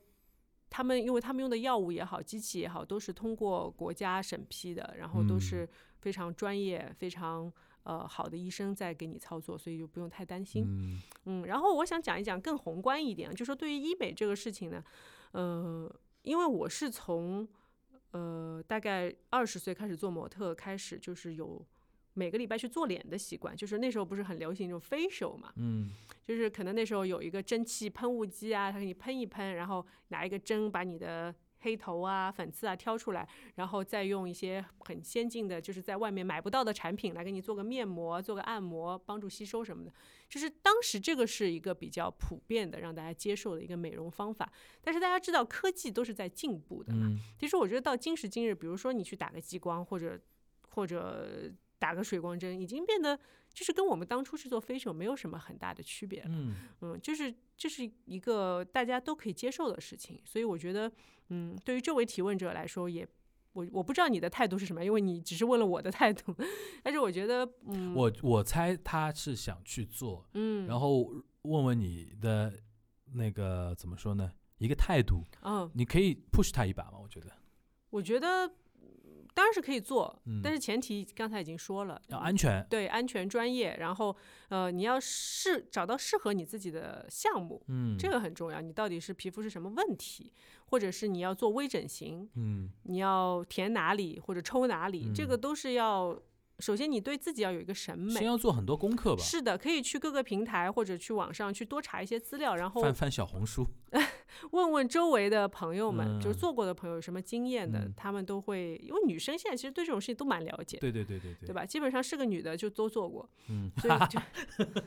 S1: 他们因为他们用的药物也好，机器也好，都是通过国家审批的，然后都
S2: 嗯
S1: 是非常专业、非常呃好的医生在给你操作，所以就不用太担心。
S2: 嗯
S1: 嗯，然后我想讲一讲更宏观一点，就说对于医美这个事情呢，呃，因为我是从呃大概二十岁开始做模特，开始就是有每个礼拜去做脸的习惯，就是那时候不是很流行这种 facial 嘛，
S2: 嗯
S1: 就是可能那时候有一个蒸汽喷雾机啊，它给你喷一喷，然后拿一个针把你的黑头啊、粉刺啊挑出来，然后再用一些很先进的，就是在外面买不到的产品来给你做个面膜、做个按摩，帮助吸收什么的。就是当时这个是一个比较普遍的、让大家接受的一个美容方法。但是大家知道科技都是在进步的嘛，
S2: 嗯
S1: 其实我觉得到今时今日，比如说你去打个激光或者或者打个水光针，已经变得就是跟我们当初去做 facial 没有什么很大的区别了。
S2: 嗯
S1: 嗯，就是这是一个大家都可以接受的事情，所以我觉得，嗯，对于这位提问者来说也。我我不知道你的态度是什么，因为你只是问了我的态度，但是我觉得，嗯，
S2: 我我猜他是想去做，
S1: 嗯，
S2: 然后问问你的那个怎么说呢？一个态度，
S1: 嗯，
S2: 你可以 push 他一把嘛？我觉得
S1: 我觉得嗯当然是可以做，
S2: 嗯啊
S1: 但是前提刚才已经说了，
S2: 要
S1: 嗯
S2: 安全，
S1: 对安全、专业，然后呃，你要适找到适合你自己的项目，
S2: 嗯，
S1: 这个很重要。你到底是皮肤是什么问题，或者是你要做微整形，
S2: 嗯
S1: 你要填哪里或者抽哪里，这
S2: 嗯
S1: 个都是要首先你对自己要有一个审
S2: 先
S1: 美。
S2: 要做很多功课吧，
S1: 是的，可以去各个平台或者去网上去多查一些资料，然后
S2: 翻翻小红书，
S1: 问问周围的朋友们，就是
S2: 嗯
S1: 做过的朋友有什么经验的，
S2: 嗯
S1: 他们都会，因为女生现在其实对这种事情都蛮了解的，
S2: 对对对对对，
S1: 对？吧？基本上是个女的就都做过，
S2: 嗯，
S1: 所以就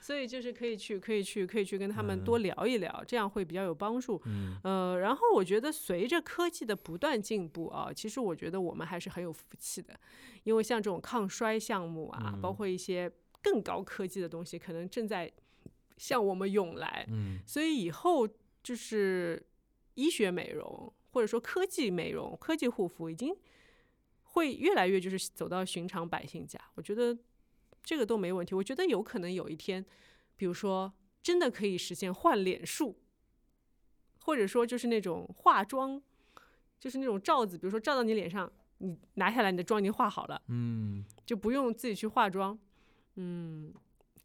S1: 所以就是可以去，可以去，可以去跟他们多聊一聊，这样会比较有帮助。
S2: 嗯
S1: 呃，然后我觉得随着科技的不断进步啊，其实我觉得我们还是很有福气的，因为像这种抗衰项目啊，包
S2: 嗯
S1: 括一些更高科技的东西，可能正在向我们涌来。
S2: 嗯
S1: 所以以后就是医学美容，或者说科技美容、科技护肤，已经会越来越就是走到寻常百姓家。我觉得这个都没问题。我觉得有可能有一天，比如说真的可以实现换脸术，或者说就是那种化妆，就是那种罩子，比如说罩到你脸上，你拿下来你的妆已经化好了，
S2: 嗯，
S1: 就不用自己去化妆。嗯，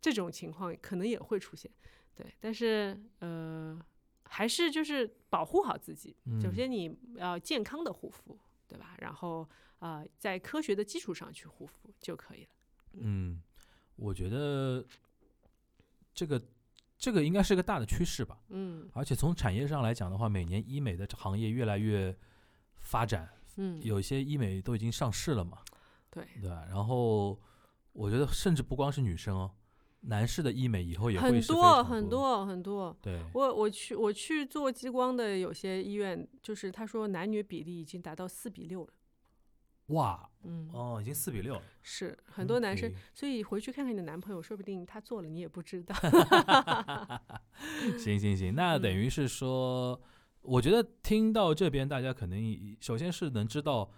S1: 这种情况可能也会出现，对。但是呃，还是就是保护好自己。首
S2: 嗯
S1: 先你要健康的护肤，对吧？然后啊、呃在科学的基础上去护肤就可以了。
S2: 嗯，我觉得这个这个应该是个大的趋势吧，
S1: 嗯
S2: 而且从产业上来讲的话，每年医美的行业越来越发展，
S1: 嗯，
S2: 有一些医美都已经上市了嘛，
S1: 对，
S2: 对吧？然后我觉得甚至不光是女生哦，男士的医美以后也会
S1: 很
S2: 是非常
S1: 很
S2: 多，
S1: 多很多。
S2: 对，
S1: 我我去我去做激光的有些医院，就是他说男女比例已经达到四比六了。
S2: 哇，
S1: 嗯，
S2: 哦，已经四比六了，嗯
S1: 是很多男生
S2: OK
S1: 所以回去看看你的男朋友，说不定他做了你也不知道。
S2: 行行行，那等
S1: 嗯
S2: 于是说，我觉得听到这边，大家肯定首先是能知道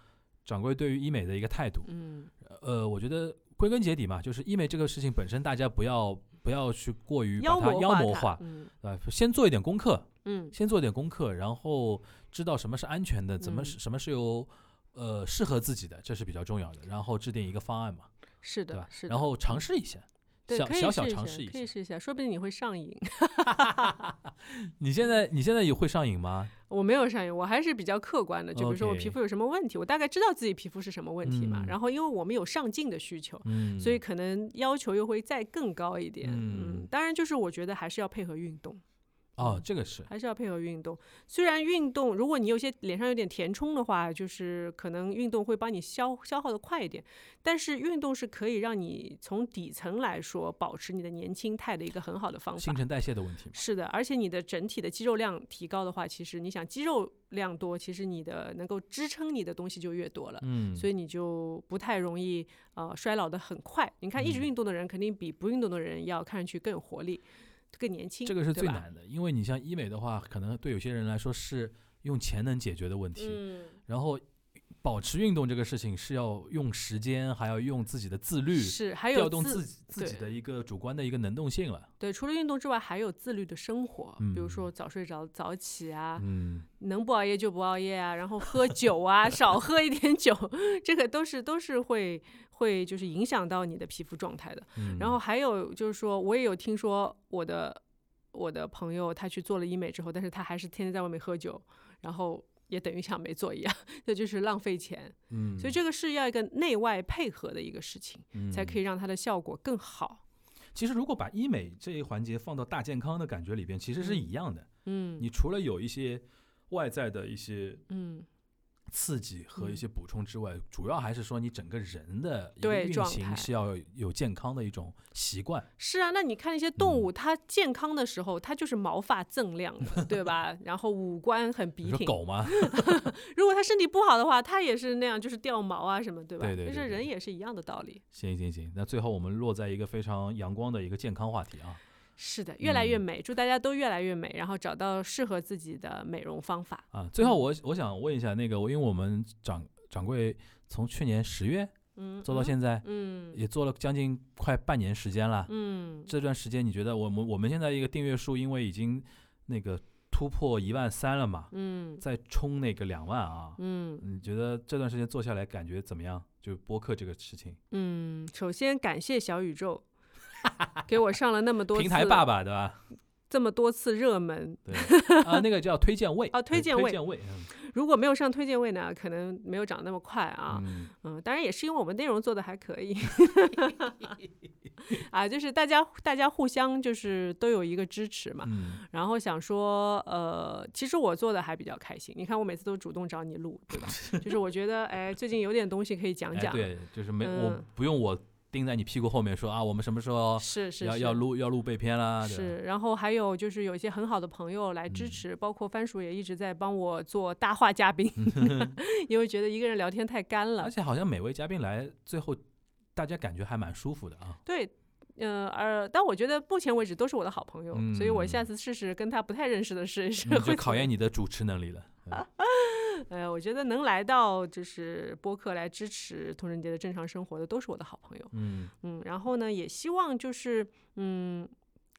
S2: 掌柜对于医美的一个态度。
S1: 嗯
S2: 呃，我觉得归根结底嘛，就是医美这个事情本身，大家不要不要去过于把
S1: 妖
S2: 它
S1: 魔
S2: 妖
S1: 化
S2: 魔
S1: 它
S2: 化，
S1: 嗯
S2: 呃，先做一点功课，
S1: 嗯
S2: 先做一点功课，然后知道什么是安全的，怎么
S1: 嗯
S2: 是、什么是有呃适合自己的，这是比较重要的。然后制定一个方案嘛，
S1: 是
S2: 对吧
S1: 的，是？的，
S2: 然后尝试一下，
S1: 对
S2: 小
S1: 可以
S2: 小小
S1: 试一
S2: 尝
S1: 下
S2: 试一
S1: 可以
S2: 下。
S1: 试一下，说不定你会上瘾。
S2: 你现在你现在也会上瘾吗？
S1: 我没有上瘾，我还是比较客观的。就比如说我
S2: OK
S1: 皮肤有什么问题我大概知道自己皮肤是什么问题嘛。
S2: 嗯
S1: 然后因为我们有上镜的需求，
S2: 嗯，
S1: 所以可能要求又会再更高一点。
S2: 嗯
S1: 当然就是我觉得还是要配合运动，
S2: 哦，这个是
S1: 还是要配合运动。虽然运动，如果你有些脸上有点填充的话，就是可能运动会帮你消消耗的快一点，但是运动是可以让你从底层来说保持你的年轻态的一个很好的方法
S2: 新。陈代谢的问题嘛。
S1: 是的，而且你的整体的肌肉量提高的话，其实你想肌肉量多，其实你的能够支撑你的东西就越多了。
S2: 嗯，
S1: 所以你就不太容易呃衰老的很快。你看，一直
S2: 嗯
S1: 运动的人肯定比不运动的人要看上去更有活力、更年轻。
S2: 这个是
S1: 对
S2: 最
S1: 吧。
S2: 难的，因为你像医美的话，可能对有些人来说是用钱能解决的问题，
S1: 嗯，
S2: 然后保持运动这个事情是要用时间，还要用自己的自律，
S1: 是还有
S2: 调动
S1: 自
S2: 自己自己
S1: 对
S2: 的一个主观的一个能动性了。
S1: 对，除了运动之外，还有自律的生活，比如说早睡早早起啊，
S2: 嗯，
S1: 能不熬夜就不熬夜啊，然后喝酒啊， 少喝一点酒， 这个都是都是会会就是影响到你的皮肤状态的。然
S2: 嗯
S1: 后还有就是说，我也有听说我的我的朋友他去做了医美之后，但是他还是天天在外面喝酒，然后也等于像没做一样， 这就是浪费钱。
S2: 嗯，
S1: 所以这个是要一个内外配合的一个事情，才可
S2: 以。
S1: 以让它的效果更好。
S2: 其实如果把医美这一环节放到大健康的感觉里边，其实是
S1: 嗯
S2: 一样的。
S1: 嗯
S2: 你除了有一些外在的一些
S1: 嗯，
S2: 刺激和一
S1: 嗯
S2: 些补充之外，主要还是说你整个人的一个
S1: 对
S2: 运
S1: 状
S2: 行
S1: 态
S2: 是要有健康的一种习惯。
S1: 是啊，那你看那些动
S2: 嗯
S1: 物，它健康的时候，它就是毛发锃亮的，对吧？ 然后五官很
S2: 你
S1: 笔
S2: 说
S1: 挺。
S2: 狗吗？
S1: 如果它身体不好的话，它也是那样，就是掉毛啊什么，对吧？
S2: 对对对
S1: 就是
S2: 对
S1: 人也是一样的道理。
S2: 行行行，那最后我们落在一个非常阳光的一个健康话题啊。
S1: 是的，越来越
S2: 嗯
S1: 美，祝大家都越来越美，然后找到适合自己的美容方法。
S2: 啊，最后我我想问一下那个，因为我们掌掌柜从去年十月
S1: 嗯，
S2: 做到现在，
S1: 嗯
S2: 也做了将近快半年时间了。
S1: 嗯
S2: 这段时间你觉得我们我们现在一个订阅数，因为已经那个突破一万三了嘛，
S1: 嗯
S2: 再冲那个两万啊，
S1: 嗯
S2: 你觉得这段时间做下来感觉怎么样？就播客这个事情，
S1: 嗯，首先感谢小宇宙给我上了那么多次
S2: 平台爸爸 对吧？
S1: 这么多次热门。
S2: 对啊，那个叫推荐位
S1: 哦推荐
S2: 推
S1: 位
S2: 荐位，嗯
S1: 如果没有上推荐位呢，可能没有长那么快啊。
S2: 嗯，
S1: 嗯，当然也是因为我们内容做的还可以， 啊，就是大家大家互相就是都有一个支持嘛。
S2: 嗯
S1: 然后想说，呃，其实我做的还比较开心。你看，我每次都主动找你录， 对吧？就是我觉得，哎，最近有点东西可以讲
S2: 哎
S1: 讲。
S2: 对，就是没我
S1: 嗯
S2: 不用我盯在你屁股后面说啊，我们什么时候
S1: 是是
S2: 要
S1: 是
S2: 要录要录被片啦，对吧嗯
S1: 是。然后还有就是有一些很好的朋友来支持，包括番薯也一直在帮我做大话嘉宾， 因为觉得一个人聊天太干了
S2: 而。且好像每位嘉宾来最后，大家感觉还蛮舒服的 啊。
S1: 对。呃，而但我觉得目前为止都是我的好朋友，所以我下次试试跟他不太认识的试一试，
S2: 嗯
S1: 会
S2: 就考嗯验你的主持能力了。嗯
S1: 呃，我觉得能来到就是播客来支持童人杰的正常生活的，都是我的好朋友。
S2: 嗯，
S1: 嗯，然后呢，也希望就是嗯，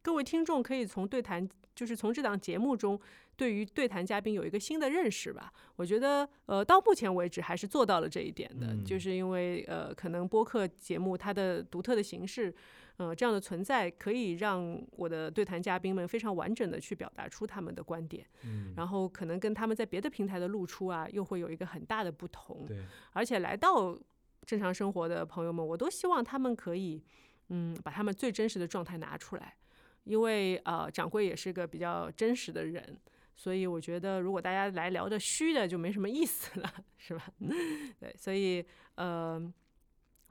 S1: 各位听众可以从对谈，就是从这档节目中对于对谈嘉宾有一个新的认识吧。我觉得呃，到目前为止还是做到了这一点的，
S2: 嗯
S1: 就是因为呃，可能播客节目它的独特的形式。呃，这样的存在可以让我的对谈嘉宾们非常完整的去表达出他们的观点，
S2: 嗯
S1: 然后可能跟他们在别的平台的露出啊，又会有一个很大的不同。
S2: 对，
S1: 而且来到正常生活的朋友们，我都希望他们可以，嗯，把他们最真实的状态拿出来，因为呃，掌柜也是个比较真实的人，所以我觉得如果大家来聊的虚的，就没什么意思了， 是吧？对，所以呃，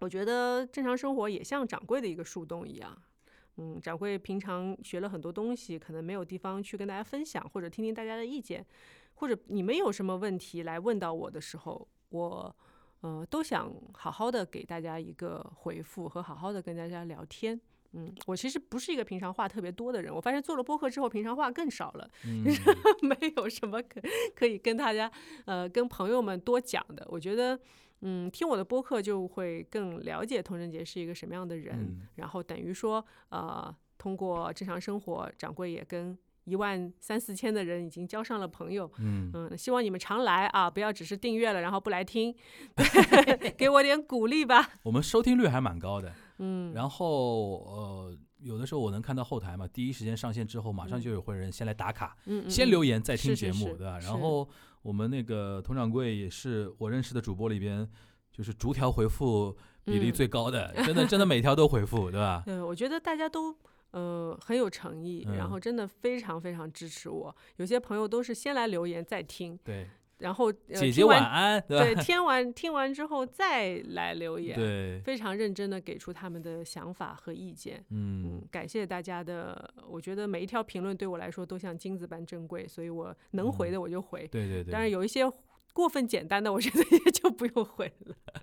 S1: 我觉得正常生活也像掌柜的一个树洞一样。嗯，掌柜平常学了很多东西，可能没有地方去跟大家分享，或者听听大家的意见，或者你们有什么问题来问到我的时候，我呃，都想好好的给大家一个回复和好好的跟大家聊天。嗯，我其实不是一个平常话特别多的人，我发现做了播客之后，平常话更少了，
S2: 嗯
S1: 没有什么可可以跟大家呃跟朋友们多讲的。我觉得，嗯，听我的播客就会更了解童仁杰是一个什么样的人，
S2: 嗯
S1: 然后等于说，呃，通过正常生活，掌柜也跟一万三四千的人已经交上了朋友。
S2: 嗯，
S1: 嗯，希望你们常来啊，不要只是订阅了然后不来 听，对给我点鼓励吧。
S2: 我们收听率还蛮高的。
S1: 嗯，
S2: 然后呃，有的时候我能看到后台嘛，第一时间上线之后，马上就有会人先来打卡，
S1: 嗯嗯，嗯
S2: 先
S1: 嗯
S2: 留言再听
S1: 是
S2: 节
S1: 是
S2: 目，
S1: 是
S2: 对吧？
S1: 是
S2: 然后我们那个佟掌柜也是我认识的主播里边，就是逐条回复比例
S1: 嗯
S2: 最 高的，真的真的每条都回复，对吧？
S1: 对，我觉得大家都呃很有诚意，
S2: 嗯
S1: 然后真的非常非常支持我。有些朋友都是先来留言再听，
S2: 对，
S1: 然后、呃、
S2: 姐
S1: 听
S2: 姐晚
S1: 完
S2: 安，对
S1: 对
S2: 吧？
S1: 听完听完之后再来留言，
S2: 对，
S1: 非常认真的给出他们的想法和意见。
S2: 嗯
S1: 嗯，，感谢大家的，我觉得每一条评论对我来说都像金子般珍贵，所以我能回
S2: 嗯
S1: 的我就回，
S2: 对对对。
S1: 当然有一些过分简单的，我觉得也就不用回了。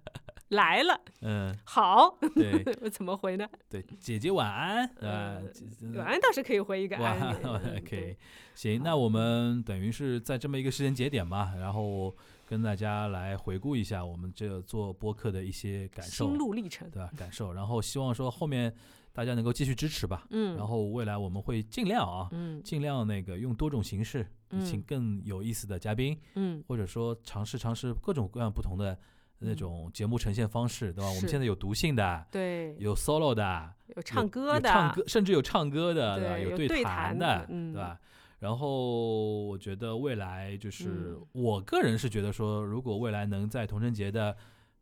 S1: 来了，
S2: 嗯，
S1: 好，
S2: 对
S1: 我怎么回呢？
S2: 对，姐姐晚安，呃
S1: 呃，
S2: 姐
S1: 晚安倒是可以回一个
S2: 哇
S1: 安的，嗯
S2: 可
S1: 对
S2: 以，行，那我们等于是在这么一个时间节点嘛，然后跟大家来回顾一下我们这做播客的一些感受
S1: 心，路历程。
S2: 对吧？感受，然后希望说后面大家能够继续支持吧，
S1: 嗯，
S2: 然后未来我们会尽量啊，
S1: 嗯
S2: 尽量那个用多种形式，
S1: 嗯
S2: 请更有意思的嘉宾，
S1: 嗯
S2: 或者说尝试尝试各种各样不同的那种节目呈现方式，对吧？我们
S1: 是
S2: 现在有读信的，
S1: 对，
S2: 有 solo 的。
S1: 有
S2: 有
S1: 唱歌
S2: 有
S1: 的，啊
S2: 唱歌，甚至有唱歌的，
S1: 对
S2: 吧？有
S1: 有
S2: 对
S1: 对谈
S2: 谈的
S1: 的，嗯
S2: 对吧？然后我觉得未来就是
S1: 嗯
S2: 我个人是觉得说，如果未来能在童晨杰的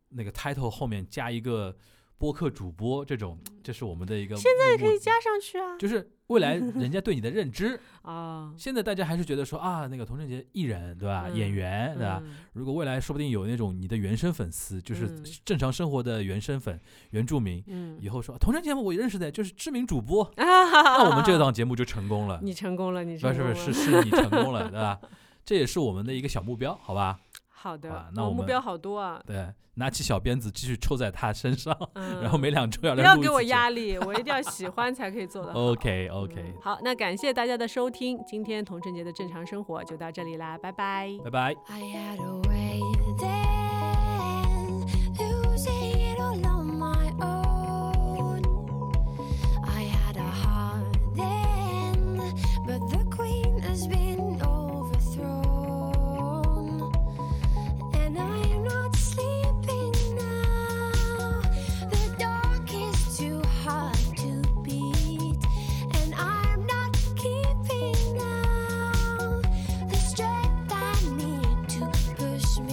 S2: 那个 title 后面加一个播客主播这种，这是我们的一个现在可以加，
S1: 加上去啊
S2: 就是未 来人家对你的认知，
S1: 啊，
S2: 现在大家还是觉得说啊，那个童晨杰艺人对吧？演
S1: 嗯
S2: 员对吧？
S1: 嗯
S2: 如果未来说不定有那种你的原生粉丝，就是
S1: 嗯
S2: 正常生活的原生粉、原住民，
S1: 嗯
S2: 以后说童晨节目我认识的，就是知名 主播，
S1: 啊，
S2: 那我 们这档节目就成功了。
S1: 你成功了，你
S2: 不
S1: 成
S2: 是
S1: 功
S2: 不
S1: 了，
S2: 是是是你成 功了，对吧？这也是我们的一个小目标，好吧？
S1: 好的，
S2: 好吧那
S1: 哦
S2: 我
S1: 目
S2: 们
S1: 标好多啊，
S2: 对，拿起小鞭子继续抽在他身上，
S1: 嗯，
S2: 然后每两周要
S1: 不
S2: 来
S1: 要
S2: 录一
S1: 给我
S2: 次节
S1: 压力，我一定要喜欢才可以做
S2: 目。
S1: 得好。
S2: OK OK，
S1: 嗯好，那感谢大家的收听，今天童晨杰的正常生活就到这里啦，拜拜。
S2: 拜拜。
S3: I had a way then, losing it all on my own. I had a heart then, but the queen has been overthrown. And I'm not sleeping now. The dark is too hard to beat. And I'm not keeping now the strength I need to push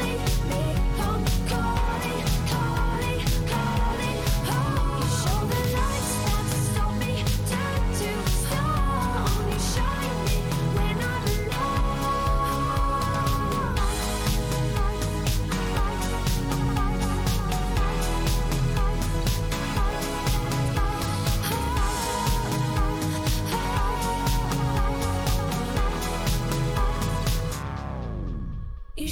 S3: Oh,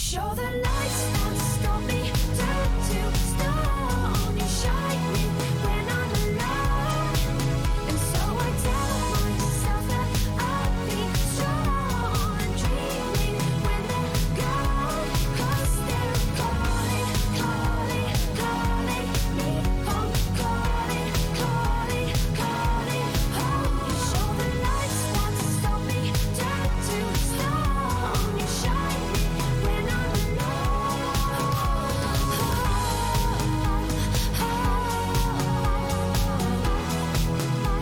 S3: Show the lights won't stop me. Turn to stone. You shine me when I'm alone. And so I tell myself that I'll be strong and dreaming when they're gone. 'Cause they're calling, calling, calling me home. Calling, calling, calling home. You show the lights won't stop me. Turn to stone. You shine me when I'm alone.